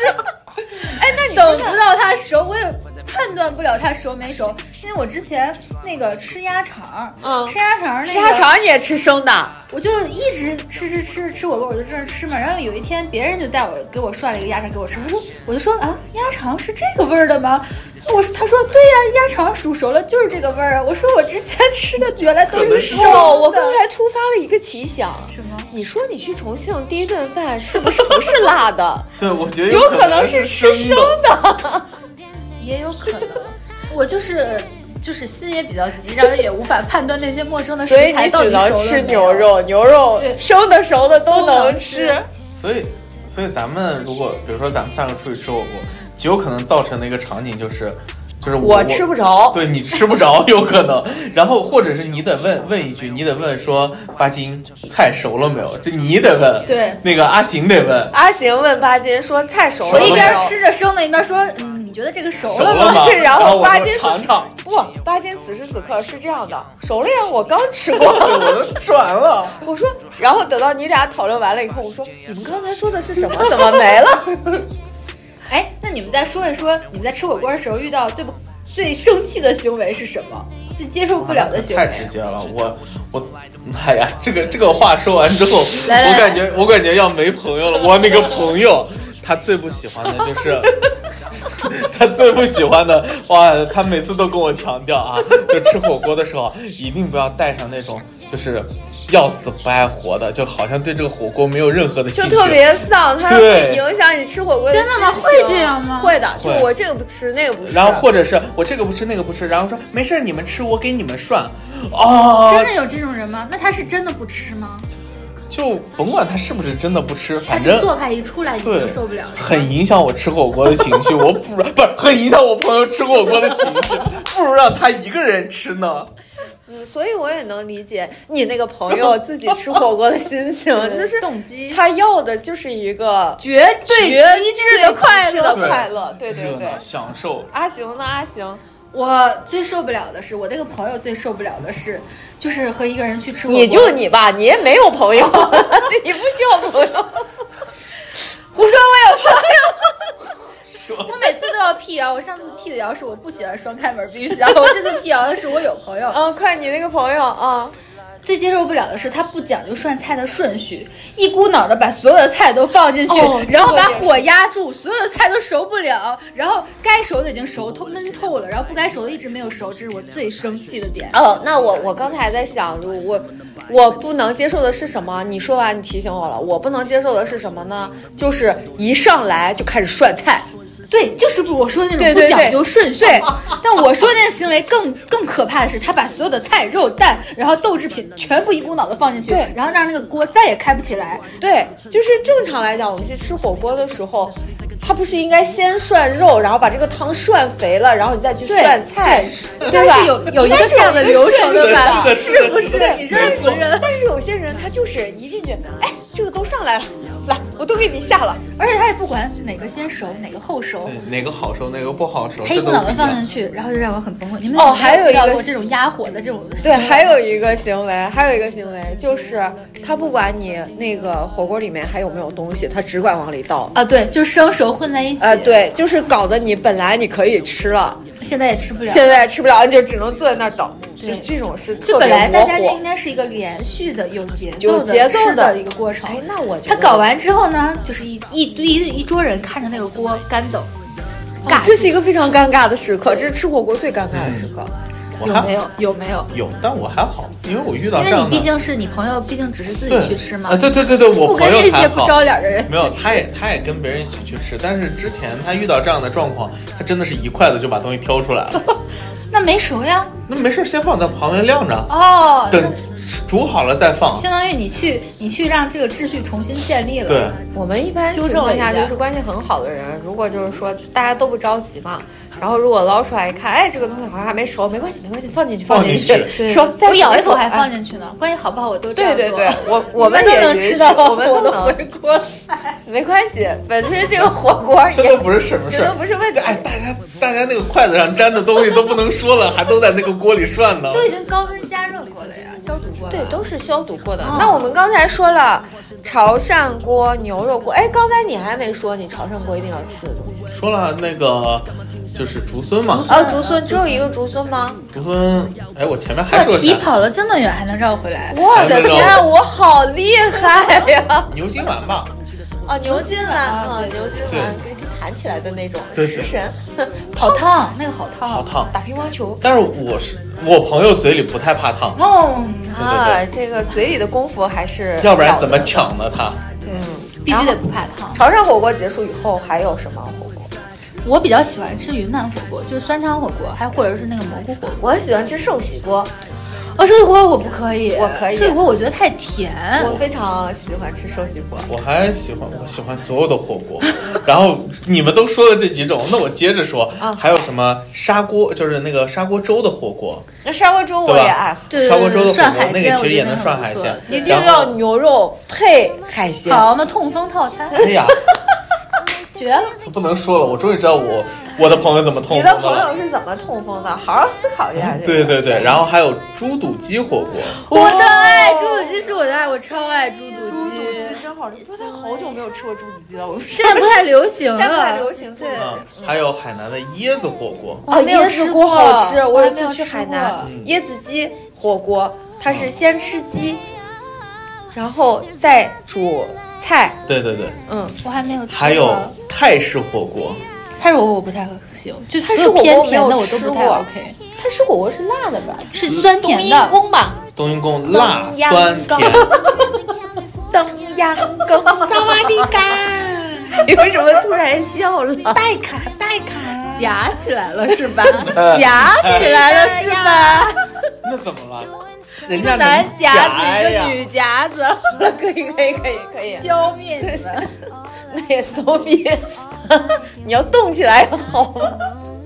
Speaker 2: 哎，那你 *laughs* 等不到它熟，我也判断不了它熟没熟，因为我之前那个吃鸭肠，
Speaker 1: 嗯
Speaker 2: 吃鸭肠那个
Speaker 1: 吃大肠你也吃生的，
Speaker 2: 我就一直吃吃吃吃火锅，我就在那吃嘛。然后有一天别人就带我给我涮了一个鸭肠给我吃，他说我就说啊，鸭肠是这个味儿的吗？我说他说对呀、鸭肠煮熟了就是这个味儿啊。我说我之前吃的原来都是熟的。
Speaker 1: 哦，我刚才突发了一个奇想，
Speaker 2: 什么？
Speaker 1: 你说你去重庆第一顿饭是不是不是辣的？
Speaker 3: 对，我觉
Speaker 1: *laughs*
Speaker 3: 得
Speaker 1: 有
Speaker 3: 可
Speaker 1: 可能
Speaker 3: 是
Speaker 1: 是吃生
Speaker 3: 生的。
Speaker 2: *laughs*
Speaker 1: 的。
Speaker 2: 也有可能，我就是就是心也比较急，然后也无法判断那些陌生的食
Speaker 1: 所以
Speaker 2: 材
Speaker 1: 你
Speaker 2: 到
Speaker 1: 只
Speaker 2: 底
Speaker 1: 能
Speaker 2: 熟了
Speaker 1: 吃
Speaker 2: 没
Speaker 1: 牛。
Speaker 2: 有
Speaker 1: 肉，牛肉
Speaker 2: 对
Speaker 1: 生的熟的都能
Speaker 2: 都
Speaker 1: 吃
Speaker 2: 能。
Speaker 3: 所以，所以咱们如果比如说咱们三个出去吃火锅，极有可能造成的一个场景就是，就是我
Speaker 1: 我吃不着，
Speaker 3: 对你吃不着，有可能。然后或者是你得问问一句，你得问说巴金菜熟了没有？这你得问。
Speaker 2: 对
Speaker 3: 那个阿行得问。
Speaker 1: 阿行问巴金说菜熟了
Speaker 2: 我
Speaker 1: 没
Speaker 2: 一
Speaker 1: 有
Speaker 2: 边吃着生的，一边说，嗯，你觉得这个熟
Speaker 3: 熟
Speaker 2: 了
Speaker 3: 了
Speaker 2: 吗？
Speaker 3: 吗？
Speaker 1: *laughs* 然后
Speaker 3: 后我
Speaker 1: 巴
Speaker 3: 说
Speaker 1: 金说
Speaker 3: 尝尝，
Speaker 1: 不，巴金此时此刻是这样的，熟了呀，我刚吃过。
Speaker 3: 对我都吃完了。
Speaker 1: 我说，然后等到你俩讨论完了以后，我说你们刚才说的是什么？怎么没了？
Speaker 2: 哎，那你们再说一说，你们在吃火锅的时候遇到最不最生气的行为是什么？最接受不了的行为
Speaker 3: 啊
Speaker 2: 啊
Speaker 3: 太？直接了，我我，哎呀，这个这个话说完之后，
Speaker 2: 来来
Speaker 3: 我感觉我感觉要没朋友了。我那个朋友，他最不喜欢的就是。 *laughs* 他最不喜欢的哇，他每次都跟我强调啊，就吃火锅的时候一定不要带上那种就是要死不爱活的，就好像对这个火锅没有任何的
Speaker 1: *laughs*
Speaker 3: 兴
Speaker 1: 就
Speaker 3: 趣。
Speaker 1: 特别丧，它
Speaker 3: 对
Speaker 1: 会影响你吃火锅
Speaker 2: 真的吗
Speaker 1: 心
Speaker 2: 会
Speaker 1: 情
Speaker 2: 这样吗
Speaker 1: 会的，就
Speaker 3: 会
Speaker 1: 我这个不吃，那个不吃。
Speaker 3: 然后或者是我这个不吃那个不吃，然后说没事儿你们吃我给你们涮，哦，
Speaker 2: 真的有这种人吗？那他是真的不吃吗？
Speaker 3: 就甭管他是不是真的不吃，
Speaker 2: 他
Speaker 3: 反
Speaker 2: 这
Speaker 3: 正
Speaker 2: 做派一出来你
Speaker 3: 对
Speaker 2: 就受不了了，
Speaker 3: 很影响我吃火锅的情绪。我不如不是很影响我朋友吃火锅的情绪，不如让他一个人吃呢。
Speaker 1: 所以我也能理解你那个朋 *laughs* 友自己吃火锅的心情，
Speaker 2: 呃
Speaker 1: 就是
Speaker 2: 动机。
Speaker 1: 他要的就是一个
Speaker 2: 绝对
Speaker 1: 绝致的快乐
Speaker 3: 对
Speaker 1: 快乐，对对
Speaker 3: 热
Speaker 1: 对
Speaker 3: 闹。享受。
Speaker 1: 阿行呢？阿行，
Speaker 2: 我最受不了的是，我那个朋友最受不了的是，就是和一个人去吃火锅，
Speaker 1: 你就你吧，你也没有朋友， *laughs* 你不需要朋友。 *laughs*
Speaker 2: 胡说，我有朋友。 *laughs* 我每次都要辟谣，我上次辟的谣是我不喜欢双开门冰箱，我这次辟谣的是我有朋友。
Speaker 1: 啊，快，你那个朋友啊，
Speaker 2: *laughs* 最接受不了的是他不讲究涮菜的顺序，一股脑的把所有的菜都放进去，
Speaker 1: 哦
Speaker 2: 然后把
Speaker 1: 这个也是
Speaker 2: 火压住，所有的菜都熟不了，然后该熟的已经熟透闷透了，然后不该熟的一直没有熟，这是我最生气的点。
Speaker 1: 哦，那我我刚才还在想，我我不能接受的是什么？你说完，你提醒我了，我不能接受的是什么呢？就是一上来就开始涮菜，
Speaker 2: 对，就是不我说的那
Speaker 1: 对
Speaker 2: 种
Speaker 1: 对对
Speaker 2: 不讲究顺序。
Speaker 1: 对
Speaker 2: *laughs* 但我说那个行为更更可怕的是，他把所有的菜、肉、蛋，然后豆制品全部一股脑的放进去，
Speaker 1: 对
Speaker 2: 然后让那个锅再也开不起来。
Speaker 1: 对，就是正常来讲，我们去吃火锅的时候，它不是应该先涮肉，然后把这个汤涮肥了，然后你再去
Speaker 2: 对
Speaker 1: 涮菜，对
Speaker 2: 应该
Speaker 1: 吧？
Speaker 2: 是有有一
Speaker 1: 应该
Speaker 2: 个
Speaker 1: 是
Speaker 2: 这样的流程
Speaker 1: 顺序
Speaker 2: 的吧
Speaker 1: 吧？
Speaker 3: 是的，是的，你认不认？
Speaker 1: 但是有些人他就是一进去，哎，这个都上来了，来，我都给你下了。
Speaker 2: 而且他也不管哪个先熟，哪个后熟
Speaker 3: 对。哪个好受，哪个不好受，
Speaker 2: 他
Speaker 3: 这
Speaker 2: 一
Speaker 3: 都
Speaker 2: 股
Speaker 3: 不一
Speaker 2: 脑的放
Speaker 3: 样。
Speaker 2: 进去，然后就让我很崩溃。你们
Speaker 1: 哦还有
Speaker 2: 遇到
Speaker 1: 一个
Speaker 2: 过这种压火的这种
Speaker 1: 对，
Speaker 2: 行为
Speaker 1: 还有一个行为，还有一个行为就是，他不管你那个火锅里面还有没有东西，他只管往里倒。
Speaker 2: 啊，对，就生熟混在一起。
Speaker 1: 呃，，对，就是搞得你本来你可以吃了，
Speaker 2: 现在也吃不了。
Speaker 1: 现在吃不了，你就只能坐在那儿等。就这种是特
Speaker 2: 就
Speaker 1: 别
Speaker 2: 本来大
Speaker 1: 窝
Speaker 2: 家是
Speaker 1: 火
Speaker 2: 应该是一个连续的、有节
Speaker 1: 有
Speaker 2: 奏的、
Speaker 1: 节奏
Speaker 2: 吃的
Speaker 1: 的
Speaker 2: 一个过程。
Speaker 1: 哎，那我觉
Speaker 2: 他
Speaker 1: 得
Speaker 2: 搞完之后呢，就是一一堆一桌人看着那个锅干等，尬
Speaker 1: 这是一个非常尴尬的时刻，这是吃火锅最尴尬的时刻。
Speaker 3: 我
Speaker 2: 有
Speaker 3: 还
Speaker 2: 没有？有没有？
Speaker 3: 有，但我还好，因为我遇到
Speaker 2: 因为
Speaker 3: 这
Speaker 2: 你
Speaker 3: 样的。
Speaker 2: 毕竟是你朋友，毕竟只是自
Speaker 3: 对
Speaker 2: 己去吃嘛。
Speaker 3: 啊，对对对对，我
Speaker 2: 不跟
Speaker 3: 朋友
Speaker 2: 这
Speaker 3: 还
Speaker 2: 些不
Speaker 3: 好
Speaker 2: 着脸的人
Speaker 3: 没有，他也他也跟别人一起去吃，但是之前他遇到这样的状况，他真的是一筷子就把东西挑出来
Speaker 2: *laughs*
Speaker 3: 了。
Speaker 2: 那没熟呀。
Speaker 3: 那没事，先放在旁边晾着，
Speaker 2: 哦，那
Speaker 3: 等煮好了再放。
Speaker 2: 相当于你去你去让这个秩序重新建立了。
Speaker 3: 对，
Speaker 1: 我们一般
Speaker 2: 修
Speaker 1: 情
Speaker 2: 正了
Speaker 1: 况
Speaker 2: 一
Speaker 1: 下
Speaker 2: 下
Speaker 1: 就是关系很好的人，如果就是说大家都不着急嘛，然后如果捞出来一看，哎，这个东西好像还没熟，没关系，没关系，放进去，
Speaker 3: 放
Speaker 1: 进
Speaker 3: 进去
Speaker 2: 对
Speaker 1: 说再
Speaker 2: 我咬一口还
Speaker 1: 哎
Speaker 2: 放进去呢，关系好不好我都这
Speaker 1: 对
Speaker 2: 样
Speaker 1: 对
Speaker 2: 做 *laughs*
Speaker 1: 对， *laughs* 我我
Speaker 2: 你们都
Speaker 1: 也
Speaker 2: 能
Speaker 1: 允
Speaker 2: 吃
Speaker 1: 许
Speaker 2: 到
Speaker 1: 我们都
Speaker 2: *laughs*
Speaker 1: 能，
Speaker 2: 锅
Speaker 1: *laughs* 没关系，本身这个火锅
Speaker 3: 这
Speaker 1: 也
Speaker 3: 都不是什么
Speaker 1: 这
Speaker 3: 事
Speaker 1: 都
Speaker 3: 儿。
Speaker 1: 不是问题。
Speaker 3: *laughs* 哎，大家大家那个筷子上沾的东西都不能说了，还都在那个锅里涮呢。
Speaker 2: 都已经高温加热过了呀，消毒过了。
Speaker 1: 对，都是消毒过的。
Speaker 2: 哦
Speaker 1: 那我们刚才说了潮汕锅、牛肉锅，哎，刚才你还没说你潮汕锅一定要吃的东西
Speaker 3: 说了那个就是竹荪嘛，
Speaker 1: 哦，竹荪只有一个竹荪吗？
Speaker 3: 竹荪，哎，我前面还
Speaker 2: 我
Speaker 3: 说了
Speaker 2: 题
Speaker 3: 啥？
Speaker 2: 跑了这么远还能绕回来，
Speaker 1: 我的
Speaker 3: 还没有
Speaker 1: 天，啊我好厉害 *laughs* 呀！
Speaker 3: 牛筋丸吧，
Speaker 1: 啊，牛筋丸啊，牛筋丸
Speaker 3: 对
Speaker 1: 跟你弹起来的那种
Speaker 3: 对
Speaker 1: 食神， *laughs*
Speaker 2: 好烫，那个好
Speaker 3: 好
Speaker 2: 烫。
Speaker 3: 烫。
Speaker 1: 打乒乓球
Speaker 3: 但是我是我朋友嘴里不太怕烫，
Speaker 2: 哦，
Speaker 3: 对
Speaker 1: 啊
Speaker 3: 对，
Speaker 1: 这个嘴里的功夫还是
Speaker 3: 对，要不然怎么抢呢他？
Speaker 2: 对，必须得不怕烫。
Speaker 1: 潮汕火锅结束以后还有什么火锅？
Speaker 2: 我比较喜欢吃云南火锅，就是酸汤火锅，还或者是那个蘑菇火锅。
Speaker 1: 我喜欢吃寿喜锅，
Speaker 2: 哦，鳝鱼锅我不可以，
Speaker 1: 我可以
Speaker 2: 鳝鱼锅我觉得太甜。
Speaker 1: 我非常喜欢吃寿喜锅。
Speaker 3: 我还喜欢我喜欢所有的火
Speaker 2: *laughs*
Speaker 3: 锅，然后你们都说了这几种，那我接着说，
Speaker 2: 啊
Speaker 3: 还有什么砂锅，就是那个砂锅粥的火锅，
Speaker 1: 那砂锅粥我
Speaker 3: 对
Speaker 1: 也
Speaker 3: 吧？
Speaker 1: 爱喝，
Speaker 2: 对对
Speaker 3: 砂锅粥的
Speaker 2: 对，涮
Speaker 3: 火锅
Speaker 2: 海，
Speaker 3: 那
Speaker 2: 鲜
Speaker 3: 个
Speaker 2: 我
Speaker 3: 其实
Speaker 2: 觉
Speaker 3: 也
Speaker 2: 得
Speaker 3: 能涮海鲜，
Speaker 2: 一
Speaker 1: 一定要牛肉配海鲜。
Speaker 2: 好嘛，痛风套餐
Speaker 3: 哎呀，
Speaker 2: 绝了。
Speaker 3: 不能说了，我终于知道我我的朋友怎么痛
Speaker 1: 你
Speaker 3: 风
Speaker 1: 的
Speaker 3: 了。
Speaker 1: 朋友是怎么痛风的？好好思考一下这个。
Speaker 3: 对对对，然后还有猪肚鸡火锅，
Speaker 2: 我的爱，猪肚鸡是我的爱，我超爱猪肚鸡。
Speaker 1: 猪肚鸡真好吃，不过他好久没有吃过猪肚鸡了，我们
Speaker 2: 现在不太流行
Speaker 1: 现在不太
Speaker 2: 了
Speaker 1: 流。行，对。
Speaker 3: 嗯，还有海南的椰子火锅，
Speaker 2: 我还没有
Speaker 1: 哦椰
Speaker 2: 吃
Speaker 1: 子
Speaker 2: 过
Speaker 1: 锅好吃，
Speaker 2: 我
Speaker 1: 我
Speaker 2: 还
Speaker 1: 有
Speaker 2: 没有
Speaker 1: 次去
Speaker 2: 吃
Speaker 1: 海
Speaker 2: 过
Speaker 1: 南，
Speaker 3: 嗯
Speaker 1: 椰子鸡火锅，它是先吃鸡，然后再煮菜。
Speaker 3: 对对对，
Speaker 1: 嗯，
Speaker 2: 我还没有吃过。
Speaker 3: 还有泰式火锅，
Speaker 2: 泰式火锅我不太行，就
Speaker 1: 泰式
Speaker 2: 所有
Speaker 1: 火锅
Speaker 2: 偏
Speaker 1: 我没
Speaker 2: 甜
Speaker 1: 有
Speaker 2: 的我都
Speaker 1: 吃
Speaker 2: 不太
Speaker 1: 过
Speaker 2: OK，
Speaker 1: 它吃火锅是辣的吧？
Speaker 2: 是酸甜的。
Speaker 1: 宫吧，
Speaker 3: 冬阴功辣
Speaker 1: 冬阴功 *laughs*
Speaker 3: 酸甜，
Speaker 1: 东阳宫，萨瓦迪卡。 *laughs* 你为什么突然笑了？带卡带卡，夹起来了是吧？
Speaker 3: 呃
Speaker 1: 夹起来了是吧？
Speaker 3: 那怎么了？人
Speaker 2: 一
Speaker 3: 家
Speaker 2: 个
Speaker 3: 能
Speaker 2: 男夹
Speaker 3: 夹
Speaker 2: 子，一个
Speaker 3: 呀
Speaker 2: 女夹子，
Speaker 8: 可以可以可以可以，
Speaker 2: 消灭你们。
Speaker 8: 那也怂逼，你要动起来好吗？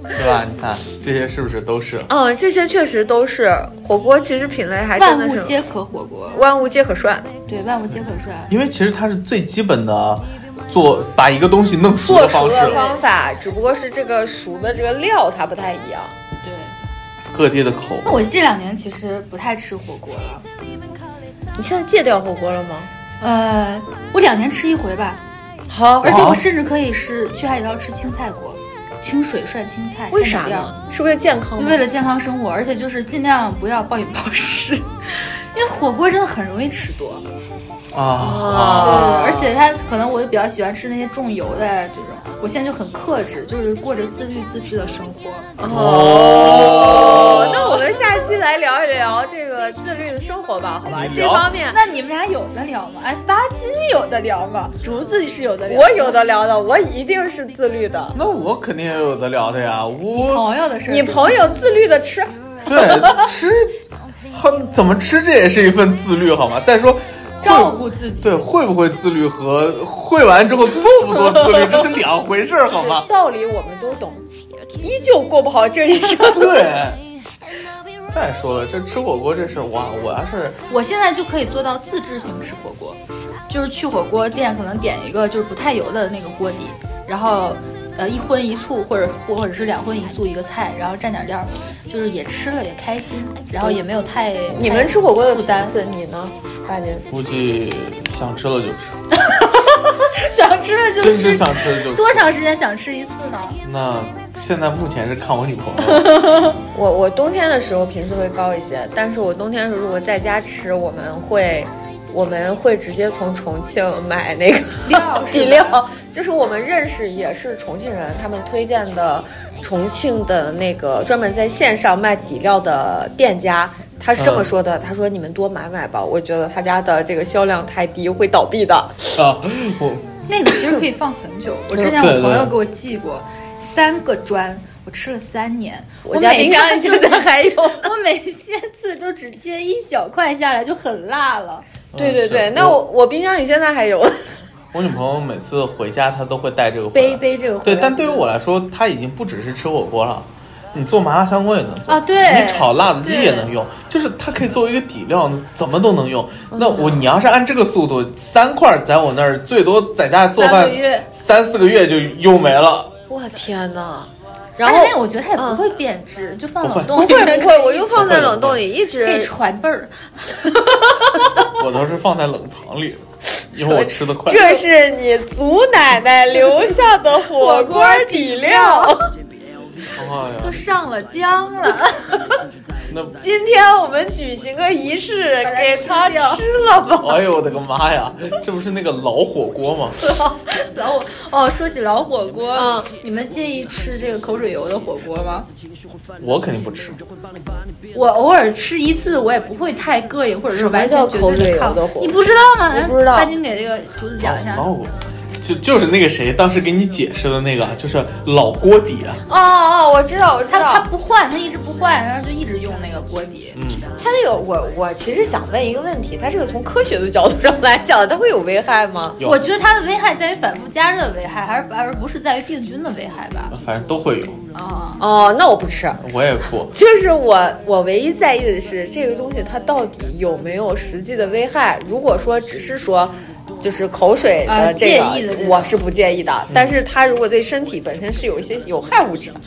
Speaker 3: 对吧？你看这些是不是都是？
Speaker 1: 嗯，这些确实都是火锅，其实品类还真
Speaker 2: 万
Speaker 1: 的
Speaker 2: 物
Speaker 1: 是
Speaker 2: 皆可火锅，
Speaker 1: 万物皆可涮。
Speaker 2: 对，万物皆可涮。
Speaker 3: 因为其实它是最基本的做把一个东西弄熟
Speaker 1: 做
Speaker 3: 的
Speaker 1: 熟
Speaker 3: 方式
Speaker 1: 的，方法，只不过是这个熟的这个料它不太一样。
Speaker 2: 对，
Speaker 3: 各地的口
Speaker 2: 那我这两年其实不太吃火锅了，
Speaker 1: 你现在戒掉火锅了吗？
Speaker 2: 呃，我两年吃一回吧，
Speaker 1: 好，
Speaker 2: 而且
Speaker 3: 哦
Speaker 2: 我甚至可以是去海底捞吃青菜锅，清水涮青菜，
Speaker 1: 为
Speaker 2: 蘸
Speaker 1: 啥
Speaker 2: 点料
Speaker 1: 呢？是为了健康吗？
Speaker 2: 为了健康生活，而且就是尽量不要暴饮暴食， *laughs* 因为火锅真的很容易吃多。
Speaker 3: 味
Speaker 8: 哦
Speaker 3: 啊
Speaker 2: 对，嗯而且它可能我就比较喜欢吃那些重油的这种，我现在就很克制，就是过着自律自制的生活。
Speaker 1: 哦
Speaker 3: 哦，
Speaker 1: 那我们下期来聊一聊这个自律的生活吧，好吧？
Speaker 3: 你
Speaker 1: 这
Speaker 3: 聊
Speaker 1: 方面
Speaker 2: 那你们俩有的聊吗？哎，吧唧有的聊吗？竹子是有的聊，
Speaker 1: 我有的聊的，我一定是自律的。
Speaker 3: 那我肯定也有的聊的呀，我
Speaker 2: 朋友的事儿。
Speaker 1: 你朋友自律的吃，
Speaker 3: *laughs* 对吃，很怎么吃这也是一份自律好吗？再说。会
Speaker 2: 照顾自己
Speaker 3: 对会不会自律和会完之后做不做自律，这是两回事儿，好吗？
Speaker 1: 道理我们都懂，依旧过不好这一生。 *laughs*
Speaker 3: 对。再说了，这吃火锅这事儿，哇，我要是
Speaker 2: 我现在就可以做到自制型吃火锅，就是去火锅店可能点一个就是不太油的那个锅底，然后呃一荤一素或者或者是两荤一素一个菜，然后蘸点料，就是也吃了也开心，然后也没有太
Speaker 8: 你们吃火锅的
Speaker 2: 负担
Speaker 8: 频。次，你
Speaker 1: *laughs*
Speaker 8: 呢，大姐？
Speaker 3: 估计想吃了就吃，
Speaker 2: 想吃了就
Speaker 3: 真是
Speaker 2: 吃，
Speaker 3: 想吃了就吃。
Speaker 2: 多长时间想吃一次呢？
Speaker 3: 那现在目前是看我女朋友， *laughs*
Speaker 1: 我我冬天的时候频次会高一些，但是我冬天的时候如果在家吃，我们会我们会直接从重庆买那个
Speaker 2: *laughs* 料是吧
Speaker 1: 底料，就是我们认识也是重庆人，他们推荐的重庆的那个专门在线上卖底料的店家。他是这么
Speaker 3: 嗯
Speaker 1: 说的，他说你们多买买吧，我觉得他家的这个销量太低，会倒闭的。
Speaker 3: 啊，我
Speaker 2: 那个其实可以放很久。我之前我
Speaker 3: 对对
Speaker 2: 朋友给我寄过三个砖，我吃了三年。我
Speaker 1: 家
Speaker 2: 每
Speaker 1: 冰箱里
Speaker 2: 次
Speaker 1: 现在还
Speaker 2: *laughs*
Speaker 1: 有
Speaker 3: 嗯
Speaker 2: 我每些次都只切一小块下来就很辣了。
Speaker 1: 对对对，
Speaker 3: 嗯是
Speaker 1: 那我我冰箱里现在还有。 *laughs*
Speaker 3: 我女朋友每次回家她都会带这个回来
Speaker 2: *laughs* 背一背这个回
Speaker 3: 对，
Speaker 2: 来
Speaker 3: 但对于我来说，它已经不只是吃火锅了。你做麻辣香锅也能做
Speaker 2: 啊对
Speaker 3: 你炒辣子鸡也能用，就是它可以作为一个底料，怎么都能用。
Speaker 2: 嗯
Speaker 3: 那我你要是按这个速度，三块儿在我那儿最多在家做
Speaker 2: 三
Speaker 3: 饭
Speaker 2: 个月
Speaker 3: 三四个月就用没了。
Speaker 1: 我天哪！
Speaker 2: 而
Speaker 1: 然后
Speaker 2: 且那个我觉得它也不会变质，就放冷冻
Speaker 1: 不会不会，我
Speaker 2: 又
Speaker 1: 又放在冷冻里，一直
Speaker 2: 可以传辈儿。
Speaker 3: 我都是放在冷藏里，因为我吃的快。
Speaker 1: 这是你祖奶奶留下的火锅底料。
Speaker 3: 哎呀，
Speaker 2: 都上了浆了， *laughs*
Speaker 3: 那
Speaker 1: *laughs* 今天我们举行个仪式，给他吃了吧。
Speaker 3: 哎呦我的个妈呀！这不是那个老火锅吗？
Speaker 2: 老火哦，说起老火锅，
Speaker 1: 嗯
Speaker 2: 你们介意吃这个口水油的火锅吗？
Speaker 3: 我肯定不吃。
Speaker 2: 我偶尔吃一次，我也不会太膈应，或者是完全绝对
Speaker 1: 什么叫口
Speaker 2: 的
Speaker 1: 水油
Speaker 2: 抗
Speaker 1: 的火。锅
Speaker 2: 你不知道吗？
Speaker 1: 我不知道
Speaker 2: 赶紧给这个厨子讲一下。
Speaker 3: 老火，就就是那个谁当时给你解释的那个，就是老锅底啊。
Speaker 1: 哦哦，我知道，我知
Speaker 2: 他他不换，他一直不换，然后就一直用那个锅底。
Speaker 8: 他那个，我我其实想问一个问题，他这个从科
Speaker 1: 科学的角度上来讲，它会有危害吗？
Speaker 3: 有
Speaker 2: 我觉得它的危害在于反复加热的危害，还是而不是在于病菌的危害吧？
Speaker 3: 反正都会有，
Speaker 2: 啊、
Speaker 1: 哦，那我不吃。
Speaker 3: 我也不。
Speaker 1: 就是我，我唯一在意的是这个东西它到底有没有实际的危害。如果说只是说，就是口水
Speaker 2: 啊
Speaker 1: 的这个，
Speaker 2: 介意的这个嗯
Speaker 1: 我是不介意的。但是它如果对身体本身是有一些有害物质的，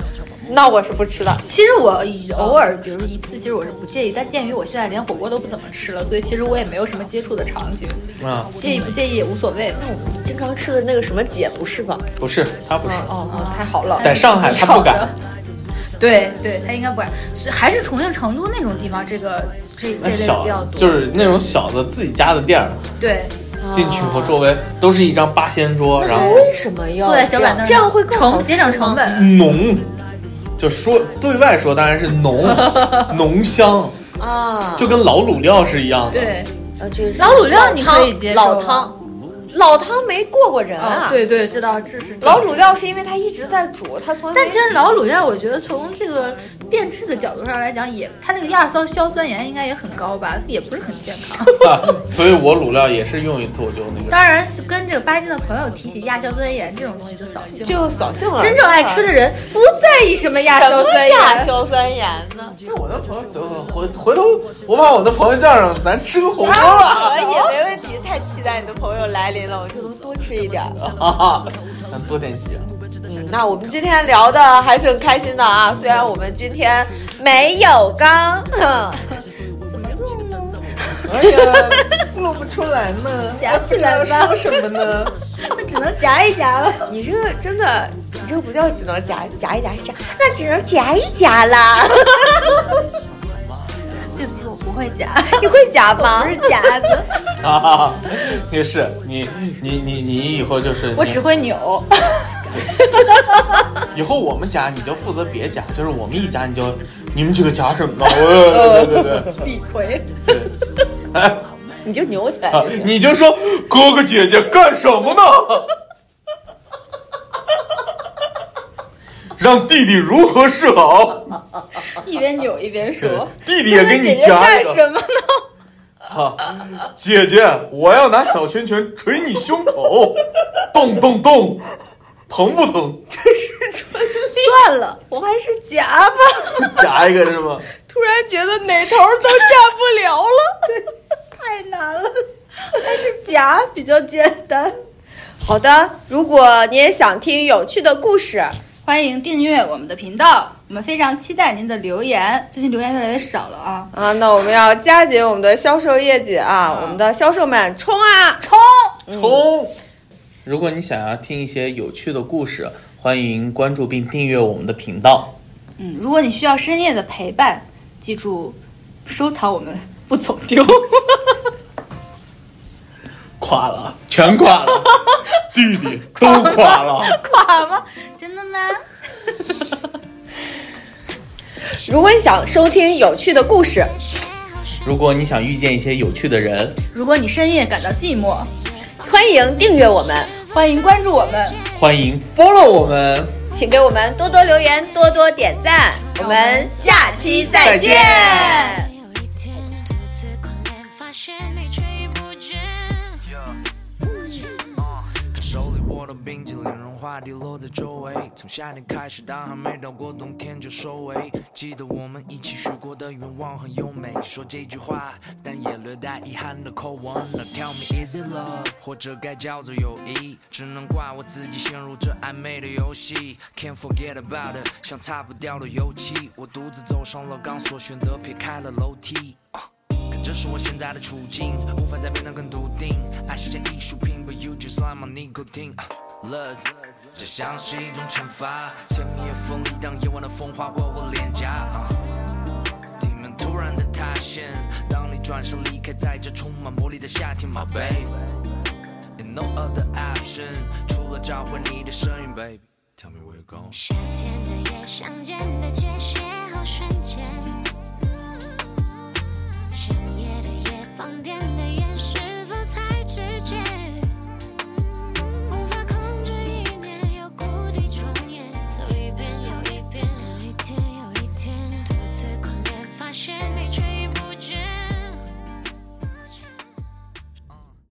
Speaker 1: 那我是不吃的。
Speaker 2: 其实我偶尔，比如说一次，其实我是不介意，但鉴于我现在连火锅都不怎么吃了，所以其实我也没有什么接触的场景，
Speaker 3: 啊，
Speaker 2: 介意不介意也无所谓。
Speaker 1: 嗯
Speaker 8: 经常吃的那个什么姐不是吧？
Speaker 3: 不是，他不是，
Speaker 2: 嗯
Speaker 1: 哦，太好了。
Speaker 2: 哎
Speaker 3: 在上海他不敢。
Speaker 2: 对对，他应该不敢，是还是重庆、成都那种地方，这个这这
Speaker 3: 那
Speaker 2: 类的比较
Speaker 3: 小
Speaker 2: 多。啊
Speaker 3: 就是那种小的自己家的店儿，
Speaker 2: 对，
Speaker 3: 进去以后周围都是一张八仙桌，然后
Speaker 8: 为什么要
Speaker 2: 坐在小板凳上，
Speaker 8: 这样会更好
Speaker 2: 成节省成本。
Speaker 3: 浓，就说对外说当然是
Speaker 2: *laughs*
Speaker 3: 浓浓香，
Speaker 8: 啊？
Speaker 3: 就跟老卤料是一样的。
Speaker 2: 对，
Speaker 8: 啊，这个是
Speaker 2: 老卤料你可以接受
Speaker 8: 老
Speaker 2: 吗啊
Speaker 8: 汤，
Speaker 1: 老汤没过过人啊。
Speaker 2: 哦对对，这倒这是
Speaker 1: 老卤料是因为它一直在煮，它从来没
Speaker 2: 但其实老卤料，我觉得从这个变质的角度上来讲也，它那个亚硝硝酸盐应该也很高吧，也不是很健康。 *laughs*
Speaker 3: 啊所以我卤料也是用一次我就那个。
Speaker 2: 当然是跟这个巴金的朋友提起亚硝酸盐这种东西就扫兴了。
Speaker 1: 就扫兴了。
Speaker 2: 真正爱吃的人不在意什么亚
Speaker 1: 什
Speaker 2: 硝
Speaker 1: 么
Speaker 2: 酸
Speaker 1: 亚
Speaker 2: 盐。
Speaker 1: 硝酸盐呢？
Speaker 3: 那我的朋友走回回头，我把我的朋友叫上，咱吃个火锅 *laughs* 吧。
Speaker 1: 可以，没问题。太期待你的朋友来临了，我就能多吃一点儿了。
Speaker 3: 啊，咱多点血。
Speaker 1: 嗯，那我们今天聊的还是很开心的啊，虽然我们今天没有 *laughs* 刚，哼
Speaker 3: 哎呀，录不出来呢，
Speaker 2: 夹起来吧
Speaker 3: 说什么呢？
Speaker 2: 那只能夹一夹了。
Speaker 1: 你这个真的，你这个不叫只能夹夹一夹一夹，那只能夹一夹啦。 *laughs*
Speaker 2: 对不起，我不会夹，
Speaker 1: *laughs* 你会夹吗？
Speaker 2: 不是夹子，
Speaker 3: 啊，也是你你你你以后就是
Speaker 2: 我
Speaker 3: 你
Speaker 2: 只会扭。
Speaker 3: 以后我们家你就负责别夹，就是我们一家你就你们几个夹什么呢？我对对对对
Speaker 2: 李逵，
Speaker 3: 对，哎
Speaker 1: 你就扭起来
Speaker 3: 啊
Speaker 1: 就行。
Speaker 3: 你就说哥哥姐姐干什么呢？让弟弟如何是好？
Speaker 2: 一边扭一边说。
Speaker 3: 弟弟也给你夹一个。
Speaker 2: 么呢？
Speaker 3: 啊，姐姐，我要拿小拳拳捶你胸 *laughs* 口，咚咚咚，疼不疼？ *laughs*
Speaker 2: 算了，我还是夹吧。
Speaker 3: 夹一个是吗？
Speaker 1: 突然觉得哪头都站不了了。
Speaker 2: 太难了，还是夹比较简单。
Speaker 1: 好的，如果你也想听有趣的故事，
Speaker 2: 欢迎订阅我们的频道，我们非常期待您的留言。最近留言越来越少了啊！
Speaker 1: 啊，那我们要加紧我们的销售业绩啊！我们的销售们冲啊！
Speaker 2: 冲！
Speaker 3: 冲！嗯如果你想要听一些有趣的故事，欢迎关注并订阅我们的频道。
Speaker 2: 嗯，如果你需要深夜的陪伴，记住收藏我们不走丢。
Speaker 3: 垮了，全垮了， *laughs* 弟弟都垮了。
Speaker 2: 垮吗？真的吗？
Speaker 1: 如果你想收听有趣的故事，
Speaker 3: *laughs* 如果你想遇见一些有趣的人，
Speaker 2: 如果你深夜感到寂寞，
Speaker 1: 欢迎订阅我们，
Speaker 2: 欢迎关注我们。
Speaker 3: 欢迎 follow 我们。
Speaker 1: 请给我们多多留言，多多点赞。我们下期再见。
Speaker 2: 再见
Speaker 9: 有一天独自狂恋，发现你却已不见。
Speaker 10: 手里握的冰激凌融化滴落在周围。从夏天开始，但还没到过冬天就收尾。记得我们一起许过的愿望很优美，说这句话，但也略带遗憾的口吻。Now tell me is it love，或者该叫做友谊？只能怪我自己陷入这暧昧的游戏，Can't forget about it，像擦不掉的油漆。我独自走上了钢索，选择撇开了楼梯。啊可这是我现在的处境，无法再变得更笃定。爱是件艺术品，But you just like my nicotine、Look，这像是一种惩罚，甜蜜而锋利，当夜晚的风划过我脸颊。啊地面突然的塌陷，当你转身离开，在这充满魔力的夏天，My baby。And no other option，除了找回你的身影，baby。Tell me where you going。
Speaker 9: 夏天的夜，想见你。